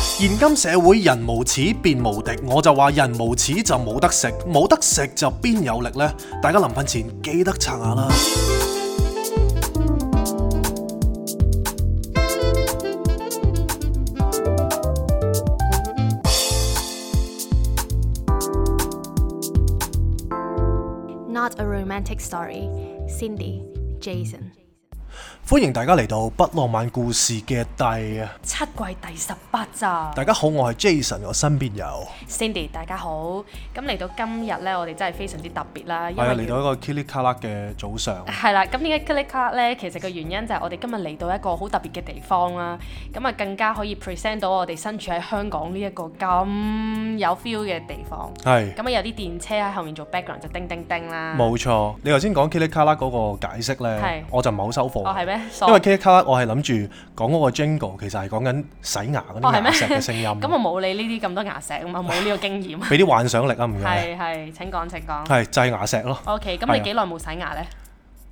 現今社會人無恥便無敵，我就話人無恥就冇得食，冇得食就邊有力呢？大家臨瞓前記得刷牙啦。 Not a romantic story. Cindy, Jason。歡迎大家嚟到不浪漫故事嘅第，七季第十八集。大家好，我係 Jason，我身邊有 Cindy，大家好。咁嚟到今日呢，我哋真係非常之特別啦，因係啊，嚟為到一個 k i l i k a l a 嘅早 上，係啦。咁點解 click card 呢？其實個原因就係我哋今日嚟到一個好特別嘅地方啦。咁啊，更加可以 present 到我哋身處喺香港呢一個咁有 feel 嘅地方。係咁啊，有啲電車喺後面做 background 就叮叮叮啦。冇錯。你頭先講 k i l i k a l a 嗰個解釋呢係，我就唔係好收貨。哦，係咩？因為 k i l i k a l a 我係諗住講嗰個 jingle，其實係講緊洗牙嗰哦啲係牙咩石嘅聲音， 咁我冇你呢啲咁多牙石啊嘛，冇呢個 經驗。俾啲幻想力啊，唔該。係係，請講請講。係就係牙石咯。 OK，係咁啊你幾耐冇洗牙呢？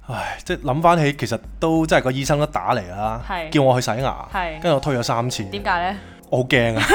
唉，即係諗翻起，其實都真係個醫生都打嚟啦，係叫我去洗牙，係跟住我推咗三次，點解呢？我好驚 啊！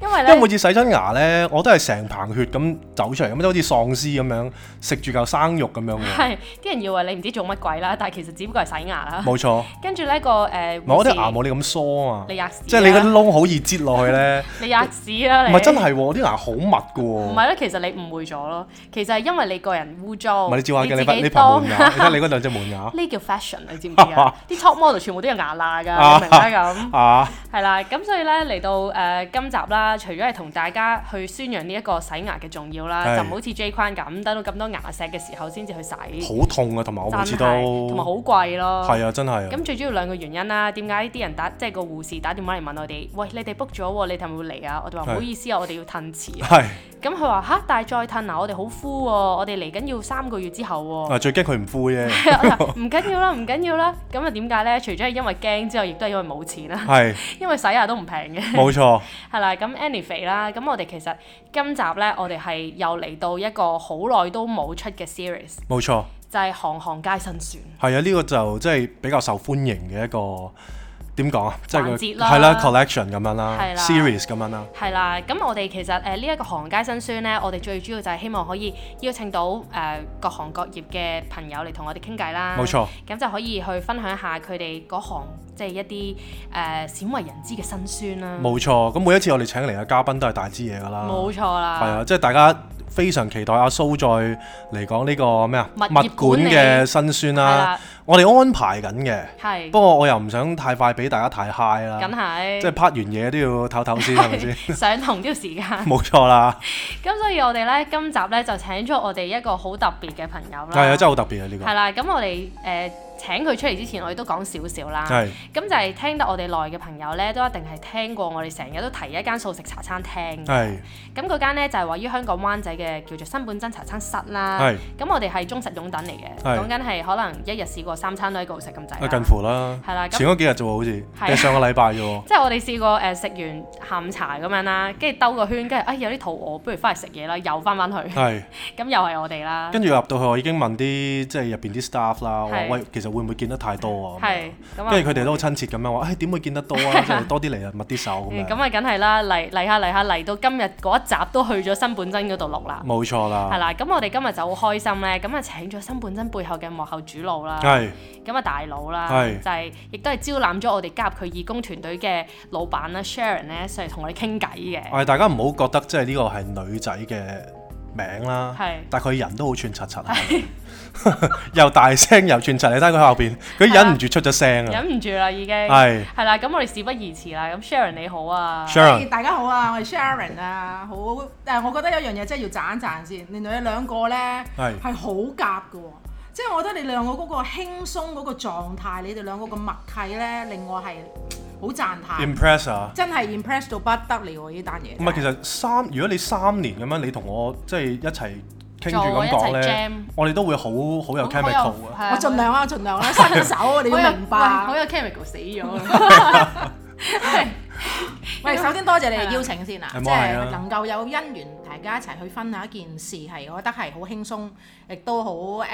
因為因為每咧，次洗親牙呢，我都係成棚血咁走出嚟，咁即係好似喪屍咁樣食住嚿生肉咁樣 嘅， 係啲人以為你唔知做乜鬼啦， 但係其實只不過係洗牙啦。冇錯。跟住呢個誒，唔係我護啲士牙冇你咁疏啊嘛，你吔屎啊即係你嗰啲窿好易擠落去 呢。你吔屎啦唔你。係真。係喎，我啲牙好密嘅喎。唔係咯，其實你誤會咗咯。其實係因為你個人污糟，唔係你照下嘅，你自己塊你棚當門牙， 你睇你嗰兩隻門 牙呢叫 fashion，你知唔知 啊？啲 top model 全部都有牙罅㗎，啊你明啦咁。啊，係啦，咁所以咧嚟到誒、呃今集啦，除咗係同大家去宣揚呢一個洗牙嘅重要啦，係就唔好似 J 框咁等到咁多牙石嘅時候先至去洗，好痛啊，同埋我每次真都係同埋好貴咯。係啊，真係啊咁最主要兩個原因啦，點解啲人打即係個護士打電話嚟問我哋，喂你哋 book 咗喎，你哋係咪會嚟啊？我哋係話唔好意思啊，我哋要褪遲啊。係咁佢話吓，但係再褪啊，我哋好 full 喎，我哋嚟緊要三個月之後喎、啊，最驚佢唔灰啫， 唔緊要啦，唔緊要啦。咁啊點解咧？除咗係因為驚之外，亦都係因為冇錢啦， 係因為洗牙都唔平嘅。冇錯，係啦，咁 anyway 啦，咁我哋其實今集呢，我哋係又嚟到一個好耐都冇出嘅 series，冇錯。就係、行行皆辛酸。係啊，呢、個就即係比較受歡迎嘅一個點講啊，即係環佢節啦係啦 collection 咁樣啦係啦，series 咁樣啦，係啦，咁我哋其實呃誒呢一個行街辛酸呢，我哋最主要就係希望可以邀請到誒、各行各業嘅朋友嚟同我哋傾偈啦。冇錯。咁就可以去分享下佢哋嗰行即係一啲誒、呃鮮為人知嘅辛酸啦。冇錯。咁每一次我哋請嚟嘅嘉賓都係大支嘢㗎啦，冇錯係啦。啊，即係大家非常期待阿蘇再嚟講呢個咩啊物業管理嘅辛酸係啦。啦，我哋安排緊嘅，係啊不，過我又唔想太快俾大家太 high 梗啦，即係係。拍完嘢都要唞唞先，係咪先？上堂都要時間。冇錯啦，咁所以我哋咧今集咧就請咗我哋一個好特別嘅朋友啦。係啊，真係好特別啊呢係個，啦，咁我哋誒、呃、請佢出嚟之前，我哋都講少少啦。係咁就係聽得我哋耐嘅朋友咧，都一定係聽過我哋成日都提一間素食茶餐廳。係咁嗰間咧就係位於香港灣仔嘅叫做新本真茶餐室啦。係咁我哋係忠實擁躉嚟嘅，係講緊係可能一日試過三餐都喺嗰度食咁滯啊啦。近乎啦。係啊啦，咁前嗰幾日啫喎，好似係啊定係上個禮拜啫 喎。即係我哋試過誒食、完下午茶咁樣啦，跟住兜個圈，跟住哎有啲肚餓，不如翻嚟食嘢啦，又翻返去，係，咁又係我哋啦。跟住入到去，我已經問啲即係入邊啲 staff 啦，我話係喂，其實會唔會見得太多啊？係咁啊，跟住佢哋都好親切咁 樣話，誒點會見得多啊？即係多啲嚟啊，密啲手咁嗯樣。咁啊，梗係啦，嚟嚟下嚟下嚟到今日嗰一集都去咗新本真嗰度錄啦，冇錯係啦，啦，咁我哋今日就好開心咧，咁啊請咗新本真背後嘅幕後主腦啦，係咁啊大佬啦，係就係亦都係招攬咗我哋加入佢義工團隊嘅老闆啦，Sharon 咧上嚟同我哋傾偈嘅，係大家唔好覺得即係呢個係女仔嘅名啦係，但係佢人都好串柒柒啊， 又大聲又串柒。你睇佢後邊，佢忍唔住出咗聲啊， 忍唔住啦已經，係係啦，咁我哋事不宜遲啦，咁 Sharon 你好啊， Sharon 嘿大家好啊，我係 Sharon 啊，好誒，我覺得有一樣嘢真係要讚一讚先，你哋兩個咧係係好夾嘅喎，即係我覺得你兩個嗰個輕鬆嗰個狀態，你哋兩個嘅默契咧，令我係好讚歎， impress 啊。真係 impress 到不得了喎呢單嘢。唔係，其實三如果你三年咁樣，你同我即係一齊哦傾住做咁一講齊咧 jam，我哋都會好好有好好 chemical 有嘅。係啊我盡量啊，盡 量啦，新手你好有要明喂好白。有 chemical 死咗啦。 喂，首先多謝你哋邀請先啊，係即冇係啊係能夠有姻緣大家一齊去分享一件事，係我覺得係好輕鬆，亦都好誒、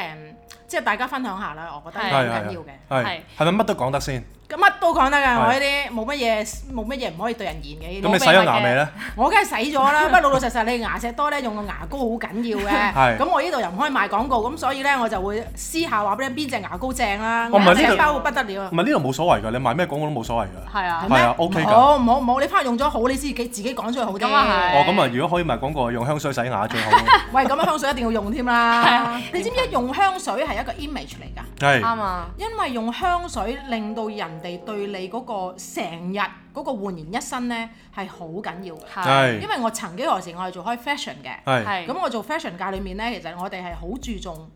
即係大家分享下啦。我覺得係係好係啊緊係要嘅。係係係咪乜都講得先？咁乜都講得㗎，係我呢啲冇乜嘢，冇乜嘢唔可以對人言嘅。咁你洗咗牙未咧？我梗係洗咗啦，不 過老老實實你牙石多咧，用個牙膏好緊要係嘅。咁我呢度又唔可以賣廣告，咁所以咧我就會私下話俾你邊只牙膏正啦，我唔係牙呢度石包不得了唔。係呢度冇所謂㗎，你賣咩廣告都冇所謂㗎。係啊係，咩係啊，OK 㗎唔好唔好唔好，你翻去用咗好，你自己自己講出去好啲。咁啊係哦，咁啊，如果可以賣廣告，用香水洗牙最好。喂，咁樣香水一定要用添係啊啦。你知唔知用香水係一個 image 嚟㗎？係啱啊，因為用香水令到人哋對你嗰個成日嗰個煥然一新咧係好緊要嘅。係係因為我曾經何時我係做開 fashion 嘅，係係咁我做 fashion 界裏面咧，其實我哋係好注重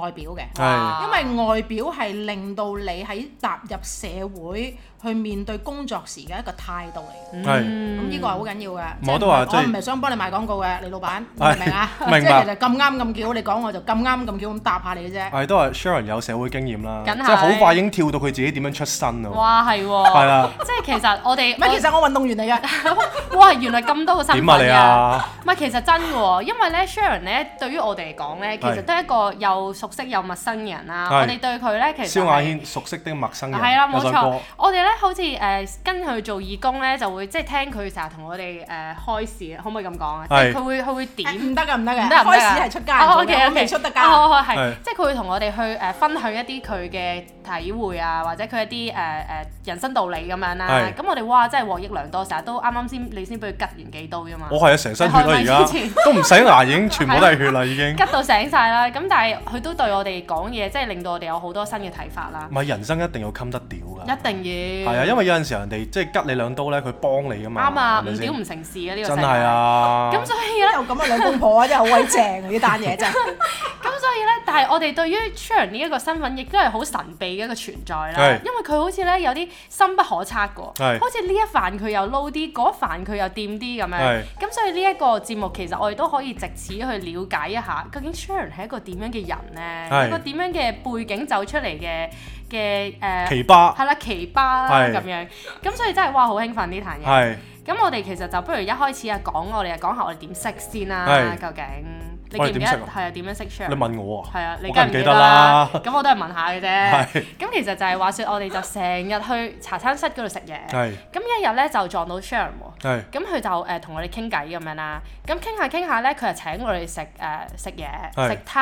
外表嘅。係因為外表係令到你喺踏入社會去面對工作時嘅一個態度嚟嘅。係。嗯咁呢個係好緊要嘅。我即係都話唔係即係我唔係想幫你賣廣告嘅，你老闆，你係明唔明啊？明白即係其實咁啱咁巧，你講我就咁啱咁巧咁答下你嘅啫。係都係 Sharon 有社會經驗啦，即梗係係好快已經跳到佢自己點樣出身咯。哇係係喎，啦，即係其實我哋唔係，其實我運動員嚟嘅，哇，原來咁多個身點啊份你㗎。 啊？唔係，其實真嘅喎，因為咧 Sharon 咧對於我哋嚟講咧，其實都係一個又熟悉又陌生嘅人啦。係我哋對佢咧其實蕭亞係軒熟悉的陌生人，係啦，冇有首錯歌。我哋咧好似誒、呃跟佢做義工咧，就會即係聽佢成日同我哋誒、呃、開示，可唔可以咁講啊？即係係佢會佢會點？唔得㗎，唔得唔㗎，得唔得開始啊係出街哦做 OK，OK 嘅，我未出得街。啊哦，好好係係，即係佢會同我哋去誒分享一啲佢嘅體會啊，或者佢一啲誒誒人生道理咁樣啦係。咁我哋哇，真係獲益良多，成日都啱啱先你先俾佢吉完幾刀啫嘛。我係啊，成身血啦而你開咪之前家，都唔使牙已經全部都係血啦已經。吉到醒晒啦，咁但係佢都對我哋講嘢，即係令到我哋有好多新嘅睇法啦唔。係人生一定要襟得屌㗎，一定要係啊，因為有陣時人哋即係吉你兩刀咧，佢幫你㗎嘛，啱啊，係咪唔先屌唔成事啊呢個世真界。係！啊，咁所以咧，有咁嘅兩公婆啊，真係好鬼正啊！呢單嘢真係。咁所以咧，但係我哋對於 Sharon 呢一個身份，亦都係好神秘嘅一個存在啦係。因為佢好似咧有啲深不可測嘅係喎，好似呢一範佢又撈啲，嗰一範佢又掂啲咁係樣。咁所以呢一個節目其實我哋都可以藉此去了解一下，究竟 Sharon 係一個點樣嘅人係咧？一個點樣嘅背景走出嚟嘅嘅誒奇葩係啦，奇葩啦係咁樣，咁所以真係哇，好興奮呢壇嘢。係。咁我哋其實就不如一開始啊講，我哋啊講下我哋點識先啦。係究竟你記我哋唔記得點識啊係啊？點樣識 share？你問我啊？係啊，你我記梗唔係記得得啦啦？咁我都係問下嘅啫係。咁其實就係話說，我哋就成日去茶餐室嗰度食嘢。係咁一日咧就撞到 Sharon 喎。係咁佢就誒同、我哋傾偈咁樣啦，咁傾下傾下咧，佢就請我哋食誒食嘢係食撻，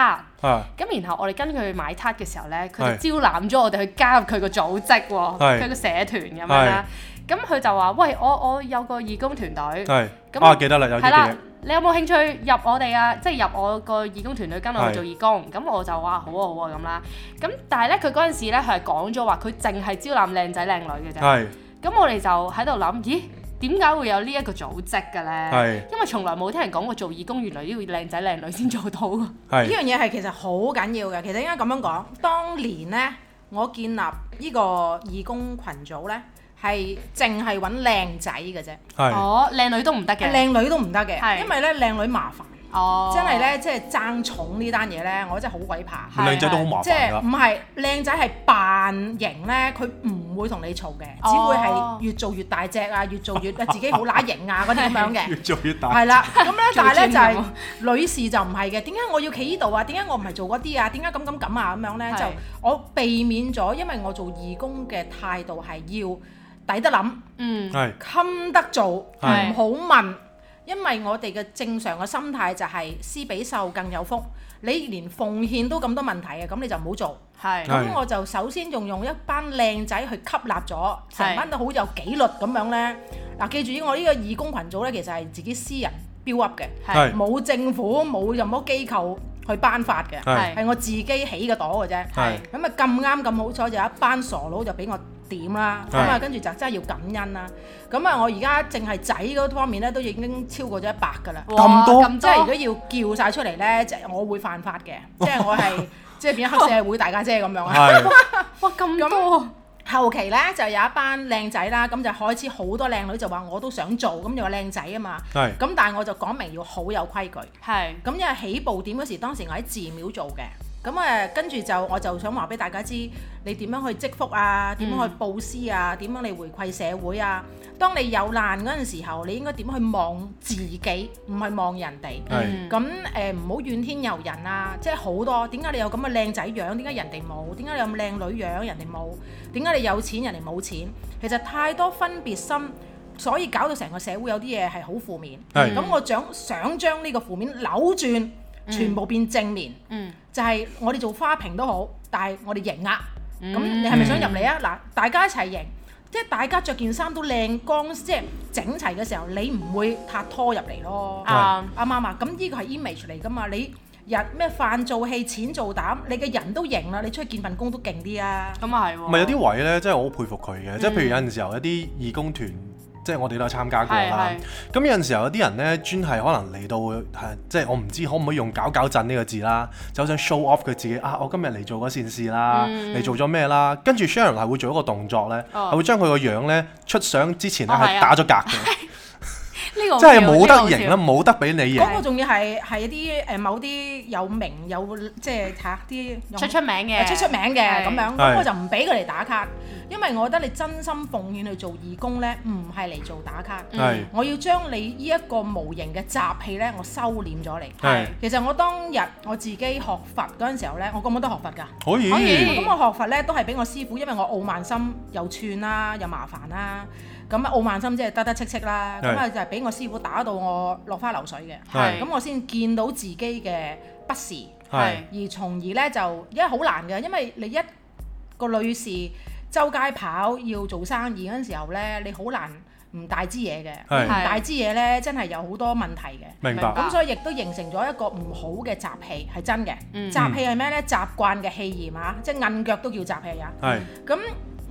啊咁然後我哋跟佢去買撻嘅時候咧，佢係就招攬咗我哋去加入佢個組織喎，係佢個社團咁樣啦。咁佢就話：喂，我我有個義工團隊，係咁啊，記得啦，有啲係啦嘢，你有冇興趣入我哋啊？即係入我個義工團隊跟我去做義工。咁我就話好啊好啊咁啦。咁但係咧，佢嗰陣時咧，佢係講咗話佢淨係招攬靚仔靚女嘅啫。係咁我哋就喺度諗，咦？點解會有呢一個組織嘅咧？係因為從來冇聽人講過做義工，原來要靚仔靚女先做到㗎。呢係樣嘢係其實好緊要嘅，其實應該咁樣講。當年呢，我建立呢個義工群組呢，係淨係揾靚仔嘅啫，係哦，靚女都唔得嘅。啊靚女都唔得係嘅，因為呢靚女麻煩，哦，真係呢，即係爭寵呢單嘢呢，我真係好鬼怕。係啊靚仔都好麻即係煩唔㗎，係靚仔係扮型呢，佢唔會同你嘈嘅，只會哦係越做越大隻啊，越做越自己好乸型啊嗰啲咁樣 嘅。越做越大。係啦，咁咧，但係咧就做係女士就唔係嘅。點解我要企呢度啊？點解我唔係做嗰啲啊？點解咁咁咁啊？咁樣咧係就我避免咗，因為我做義工嘅態度係要抵得諗、嗯，係襟得做、唔好係問。因為我哋嘅正常嘅心態就係施比受更有福，你連奉獻都咁多問題啊，咁你就唔好做。係係咁我就首先仲用一班靚仔去吸納咗，係成班都好有紀律咁樣呢。嗱，記住我呢個義工群組呢，其實係自己私人 build up 嘅，係冇政府冇任何機構去頒發嘅，係係我自己起嘅朵嘅啫。係咁啊咁啱咁好彩就有一班傻佬就俾我點啦，咁啊係跟住就真係要感恩啦。咁啊我而家淨係仔嗰方面呢，都已經超過咗一百㗎啦。咁多哇即係如咁果要叫晒出嚟呢，即係我會犯法 嘅，即係我係即係變咗黑社會大家姐咁樣啊。係多，哇咁多，後期呢，就有一班靚仔啦，咁就開始好多靚女就話我都想做，咁就話靚仔啊嘛。係咁但係我就講明要好有規矩。係咁因為起步點嗰時，當時我喺寺廟做嘅，咁誒，跟住就我就想話俾大家知，你點樣去積福啊，點嗯樣去佈施啊，點樣你回饋社會啊。當你有難嗰陣時候，你應該點去望自己，唔係望人哋。嗯係咁誒唔好怨天尤人啊！即係好多點解你有咁嘅靚仔樣，點解人哋冇？點解你有咁靚女樣，人哋冇？點解你有錢，人哋冇錢？其實太多分別心，所以搞到成個社會有啲嘢係好負面。係咁我想想將呢個負面扭轉，全部變正面。嗯就係我哋做花瓶都好，但係我哋贏啊！Ừ. 咁嗯你係咪想入嚟啊？嗱，大家一齊贏，即係大家着件衫都靚光，即係整齊嘅時候，你唔會拍拖入嚟咯。啱啱唔啱啊？咁呢個係 image 嚟噶嘛？你人咩飯做戲，錢做膽，你嘅人都型啦，你出去見份工都勁啲啊！咁啊係喎。唔係有啲位咧，真係我好佩服佢嗯嘅，即係譬如有陣時候一啲義工團。即係我哋都有參加過啦係係，咁有陣時候有啲人咧專係可能嚟到係即係我唔知可唔可以用搞搞震呢個字啦，就好想 show off 佢自己啊！我今日嚟做嗰件事啦，嚟、做咗咩啦，跟住 Sharon 係會做一個動作咧，係、嗯哦會將佢個樣咧出相之前咧哦係係啊打咗格嘅，呢 個好即係笑冇呢個好得贏啦，笑冇得俾你贏。嗰個仲要係係一啲誒某啲有名有即係嚇啲有出出名嘅，誒出出名嘅係咁係樣，咁我就唔俾佢哋打卡，因為我覺得你真心奉獻去做義工呢，唔係嚟做打卡。Ừ. 係我要將你呢一個無形嘅習氣呢，我收斂咗嚟。係其實我當日我自己學佛嗰陣時候呢，我覺唔覺得學佛㗎？可以可以咁我學佛咧都係俾我師傅，因為我傲慢心又串啦，又麻煩啦。咁啊傲慢心即係得得戚戚啦，係咁啊就係俾我師傅打到我落花流水嘅。係咁我先見到自己嘅不是，係係而從而咧就因為好難嘅，因為你一個女士周街跑要做生意嗰陣時候咧，你好難唔帶支嘢嘅，係唔帶支嘢咧真係有好多問題嘅。明明白白。咁所以亦都形成咗一個唔好嘅習氣，係真嘅。嗯習氣係咩呢？習慣嘅氣焰啊，即係韌腳都叫習氣啊。係咁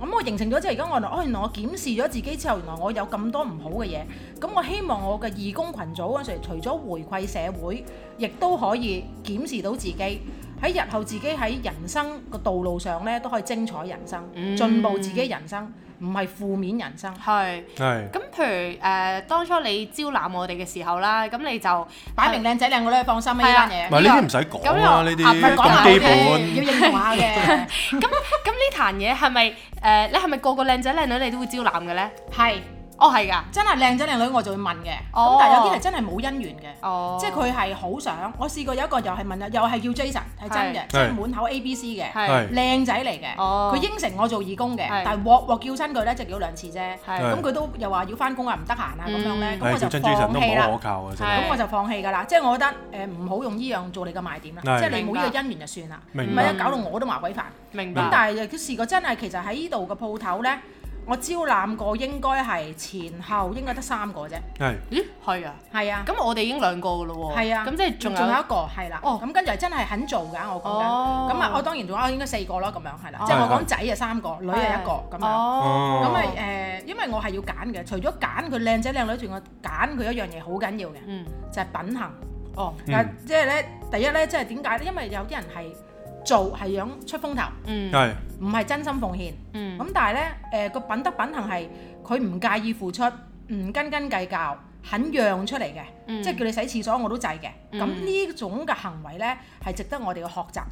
咁我形成咗之後，而家我原來哦，原來我檢視咗自己之後，原來我有咁多唔好嘅嘢。咁我希望我嘅義工群組嗰陣時，除咗回饋社會，亦都可以檢視到自己。喺日後自己喺人生個道路上呢，都可以精彩人生，嗯進步自己人生，唔係負面人生。係。係咁譬如誒、呃，當初你招攬我哋嘅時候啦，咁你就擺明靚仔靚女，放心啊！呢係啊單嘢唔。係呢啲唔使講啦，呢咁呢個啲啊唔係講咁下基嘅本。要認同下嘅，咁咁呢壇嘢係咪誒？你係咪個個靚仔靚女你都會招攬嘅咧？係哦，係㗎。真係靚仔靚女我就會問嘅，咁、哦但係有啲係真係冇姻緣嘅。哦，即係佢係好想，我試過有一個又係問啊，又係叫 Jason，係真嘅，係即係滿口 A B C 嘅，係靚仔嚟嘅，哦佢應承我做義工嘅，係但係鑊鑊叫親佢咧就叫兩次啫，係咁佢都又話要翻工啊，唔得閒啊咁樣嗯咧，咁我係就叫真放 Jason 都棄唔好啦可。靠啊，真係係咁我就放棄㗎啦，即係我覺得誒唔好用呢樣做你嘅賣點啦，係即係你冇呢個姻緣就算啦，唔明係白啊搞到我都麻鬼煩。明咁白。但係佢試過真係其實喺呢度嘅鋪頭呢，我招攬過應該係前後應該得三個啫，係咦，係啊。係啊，咁我哋已經兩個㗎咯喎。係啊，咁即係仲仲有有一個係啦，哦咁跟住係真係肯做㗎，我講緊。哦。咁啊，我當然仲有應該四個咯，咁樣係啦哦，即係我講仔啊三個，女啊一個咁樣。哦。咁哦咪誒，因為我係要揀嘅，除咗揀佢靚仔靚女，仲要揀佢一樣嘢好緊要嘅，嗯。就係品行。哦。但係即係咧，第一咧，即係點解咧？因為有啲人係做係想出風頭，嗯。係唔係真心奉獻。嗯。咁但係咧，誒個品德品行係佢唔介意付出，唔斤斤計較，肯讓出嚟嘅，嗯即係叫你洗廁所我都制嘅。嗯咁呢種嘅行為咧係值得我哋去學習，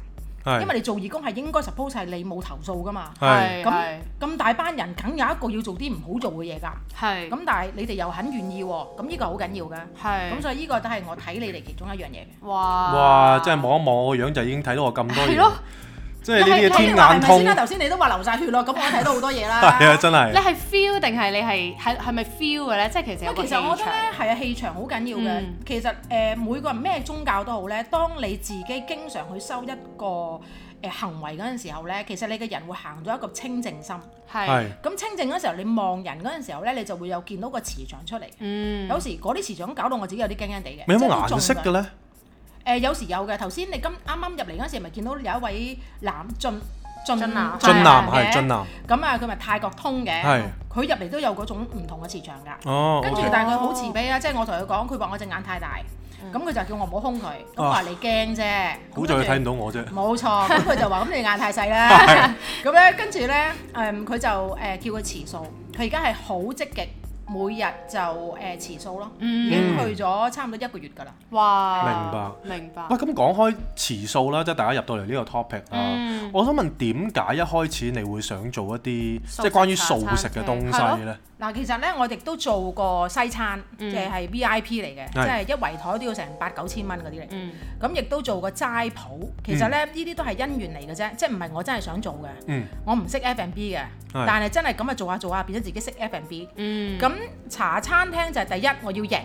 因係為你做義工係應該 suppose 係你冇投訴噶嘛。係係。咁係咁大班人梗有一個要做啲唔好做嘅嘢㗎，係。咁但係你哋又肯願意喎，咁呢個好緊要㗎。係。咁所以呢個都係我睇你哋其中一樣嘢嘅。哇。哇！真係望一望我個樣就已經睇到我咁多係咯嘢，即係呢啲嘅天你話係眼咪先啊通啦？頭先你都話流晒血咯，咁我睇到好多嘢 啦。係啊！真你係係 feel 定係你係係係咪 feel 嘅咧？即係其實有個其實我氣覺得場咧係啊，氣場好緊要嘅。嗯其實誒、呃每個人咩宗教都好咧，當你自己經常去修一個誒、呃行為嗰陣時候咧，其實你嘅人會行咗一個清淨心。係係咁清淨嗰時候，你望人嗰陣時候咧，你就會有見到個磁場出嚟。嗯有時嗰啲磁場搞到我自己有啲驚驚地嘅。你有即冇係都中顏色㗎嘅咧？誒、有時有嘅，頭先你今啱啱入嚟嗰陣時，咪見到有一位男俊俊俊男俊男嘅係俊男，咁啊，佢咪泰國通嘅，係佢入嚟都有嗰種唔同嘅磁場㗎。哦跟住 Ờ, OK 但係佢好慈悲啊，即係我同佢講，佢話我隻眼太大，咁佢就叫我唔好兇佢，咁我話你驚啫。好咁在佢睇跟唔住到我啫，冇錯，咁佢就話咁你眼太細 嗯呃啦。咁咧跟住咧誒佢就誒叫佢慈數，佢而家係好積極每日就誒、呃、遲數咯，已嗯，經去咗差唔多一個月㗎啦。哇，明白，明白喂，，咁講開遲數啦，即係大家入到嚟呢個 topic à. 啦。嗯我想問點解一開始你會想做一啲素即食係關於素食嘅東西呢？嗱，其實咧我哋都做過西餐，嗯即係 V I P 嚟嘅，即係係一圍台都要成八九千蚊嗰啲嚟。嗯，咁亦都做過齋譜，其實咧呢啲都係因緣嚟嘅啫，即係唔係我真係想做嘅，嗯，我唔識 F&B 嘅，係但係真係咁啊做下做下變咗自己識 F&B。嗯，咁茶餐廳就係第一，我要型，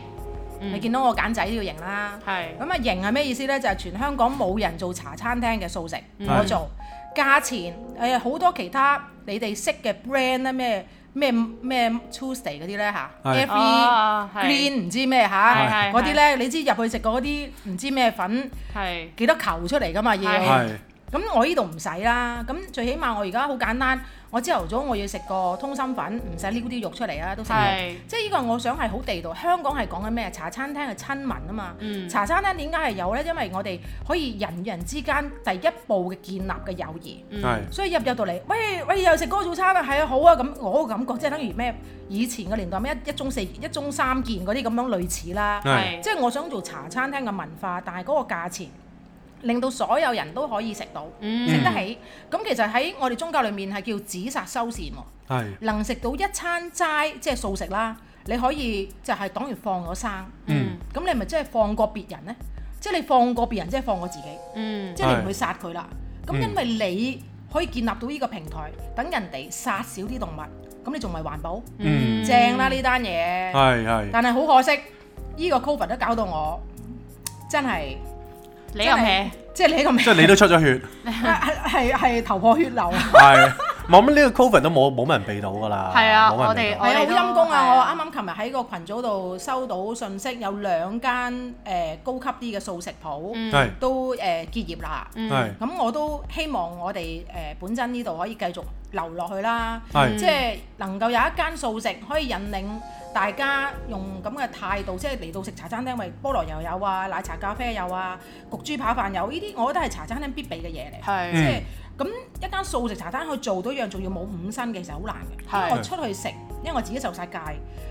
嗯你見到我揀仔都要型啦。係，咁啊型係咩意思呢？就係、全香港冇人做茶餐廳嘅素食，嗯我做價錢誒好、多其他你哋識嘅 brand 咧咩咩咩 Tuesday 嗰啲呢嚇係，Every。哦係 Green 唔知咩係嚇，係嗰啲呢，你知入去食嗰啲唔知咩粉係，幾多球出嚟噶嘛要，係係咁我呢度唔使啦，咁最起碼我而家好簡單，我朝頭早我要食個通心粉，唔使撩啲肉出嚟啊，都食到。係，即係呢個我想係好地道，香港係講緊咩？茶餐廳係親民啊嘛。嗯，茶餐廳點解係有呢？因為我哋可以人與人之間第一步嘅建立嘅友誼。嗯係，所以入入到嚟，喂喂又食嗰個早餐啊，係啊好啊咁，我個感覺即係等於咩？以前嘅年代咩一一盅四一盅三件嗰啲咁樣類似啦。係係，即係我想做茶餐廳嘅文化，但係嗰個價錢令到所有人都可以食到，嗯，食得起。咁其實喺我哋宗教裏面係叫止殺修善喎，係能食到一餐齋即係素食啦，你可以就係等於放咗生，Ừ, 嗯咁你咪即係放過別人呢？即係你放過別人，即係放過自己，嗯，即係你係唔會殺佢啦。咁嗯因為你可以建立到呢個平台，等人哋殺少啲動物，咁你仲咪環保？嗯正啦呢單嘢。係係但係好可惜，呢、個 Covid 都搞到我真係，你又咩？即係你個名即係你都出咗血，係係頭破血流啊！係冇乜呢個 covid 都冇冇乜人避到㗎啦，係啊冇乜人避到我哋係啊，好都陰公係啊！啊我啱啱琴日喺個群組度收到信息，有兩間誒、呃高級啲嘅素食鋪、嗯係都誒、呃、結業啦。嗯係咁我都希望我哋誒、呃本身呢度可以繼續留落去啦，係即係能夠有一間素食可以引領大家用咁嘅態度，即係嚟到食茶餐廳，咪菠蘿又有啊，奶茶咖啡有啊，焗豬扒飯有，呢啲我覺得係茶餐廳必備嘅嘢嚟。嗯係即係咁一間素食茶餐廳去做到一樣，仲要冇五辛嘅，其實好難嘅。因係為我出去食，因為我自己受晒戒，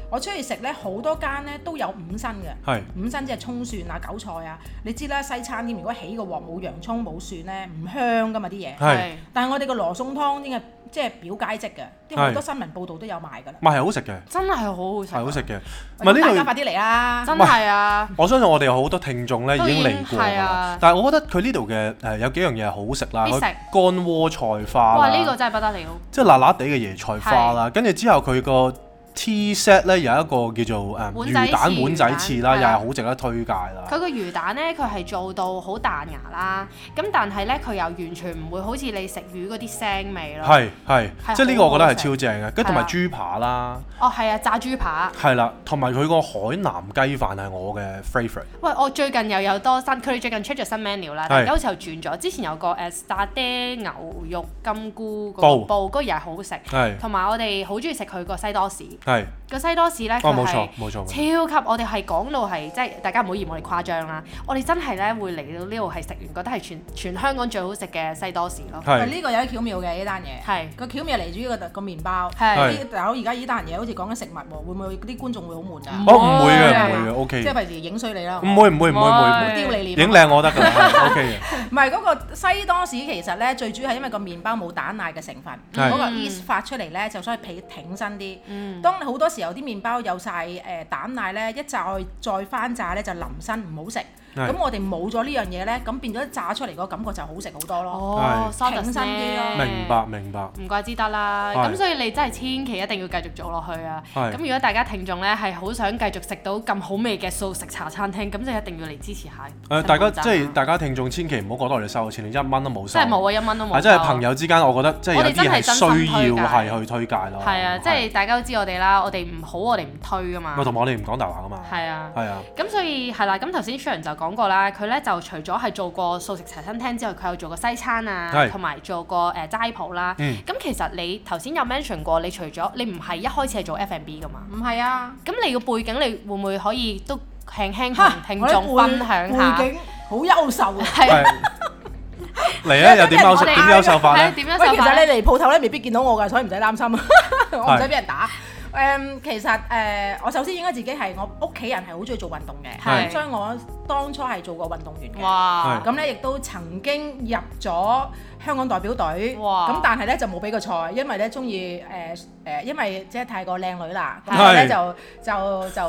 我出去食呢，好多間呢都有五辛嘅。係五辛即係葱蒜啊、韭菜啊，你知啦，西餐店如果起個鑊冇洋葱冇蒜呢，唔香噶嘛啲嘢。係，但係我哋個羅宋湯應該即係表解即嘅，啲好多新聞報道都有賣㗎啦。唔係係好食嘅，真係好好食，係好食，嘅。唔係咁大家呢度快啲嚟啊！真係啊，我相信我哋有好多聽眾咧已都已經經嚟過㗎係啦啊，但係我覺得佢呢度嘅誒有幾樣嘢係好食啦，必佢食乾鍋菜花哇啦呢個真係不得了，即係辣辣地嘅椰菜花啦，跟住之後佢個 tea set 咧有一個叫做誒碗仔魚蛋翅碗仔翅啦，魚又蛋係好值得推介啦。啊佢個魚蛋呢，佢係做到好彈牙啦，咁但係呢，佢又完全唔會好似你食魚嗰啲腥味咯，係係，係即係呢個好我覺得係好食超正嘅，跟住同埋係啊豬扒啦，哦係啊炸豬扒。係啦，同埋佢個海南雞飯係我嘅 favourite，喂，我最近又有多新，佢哋最近出咗新 menu 啦，但係有時候轉咗。之前有個誒沙爹牛肉金菇嗰煲個煲，嗰個又係好好食。係同埋我哋好中意食佢個西多士，係，個西多士咧哦佢冇係錯冇錯，冇超錯級，我哋係講到係即係大家唔好嫌我哋誇張啦，我哋真係咧會嚟到呢度係食完覺得係全全香港最好食嘅西多士咯，喂係呢個有啲巧妙嘅呢單嘢，係個巧妙嚟自於個個麵包。係係呢但我而家呢單嘢好似講緊食物喎，會唔會啲觀眾會好悶啊我㗎？哦唔會嘅唔哇會嘅 OK，即係費事影衰你啦，唔會唔會唔會唔會唔會，喂丟你嗯影臉。啊靚我得㗎啦係，OK 嘅，唔係嗰個西多士其實咧，最主要係因為個麵包冇蛋奶嘅成分，係嗰個 yeast 發出嚟咧就所以皮挺身啲。嗯當你好多時候啲麵包有晒誒、呃蛋奶咧，一再再翻炸咧就淋身唔好食。係咁我哋冇咗呢樣嘢咧，咁變咗炸出嚟個感覺就好食好多咯。哦，係收得挺身啲咯聲明白明白，唔怪之得啦，係咁所以你真係千祈一定要繼續做落去啊！係咁如果大家聽眾呢係好想繼續食到咁好味嘅素食茶餐廳，咁就一定要嚟支持下。誒大家新蒲站啊即係大家聽眾千祈唔好覺得我哋收咗錢，你一蚊都冇收，真係冇啊，一蚊都冇。係真係朋。友之間，我覺得即係我哋有啲係真係真心需要推介係去推介咯。係啊，即係大家都知我哋啦，我哋唔好我哋唔推噶嘛咪。同埋我哋唔講大話噶嘛。係啊。係啊，咁所以係啦，咁頭先 Sharon 就講過啦，佢咧就除咗係做過素食茶餐廳之外，佢有做過西餐啊係，同埋做過誒、呃、齋鋪啦。咁、嗯其實你頭先有 mention 過，你除咗你唔係一開始係做 F&B 噶嘛？唔係啊，咁你個背景你會唔會可以都輕輕嚇同聽我啲眾分背享下？背景好優秀啊！係係 嚟啊！又點優秀我哋點優秀法係咧？點喂，樣其手法實咧？ 你嚟鋪頭咧，未必見到我㗎，所以唔使擔心啊，我唔使俾人打。誒、誒，其實誒、我首先應該自己係我屋企人係好中意做運動嘅，係咁所以我當初係做過運動員嘅。哇！咁咧亦都曾經入咗香港代表隊，哇咁但係咧就冇俾個賽，因為咧中意誒誒，因為即係太過靚女啦，係咁所以咧就就就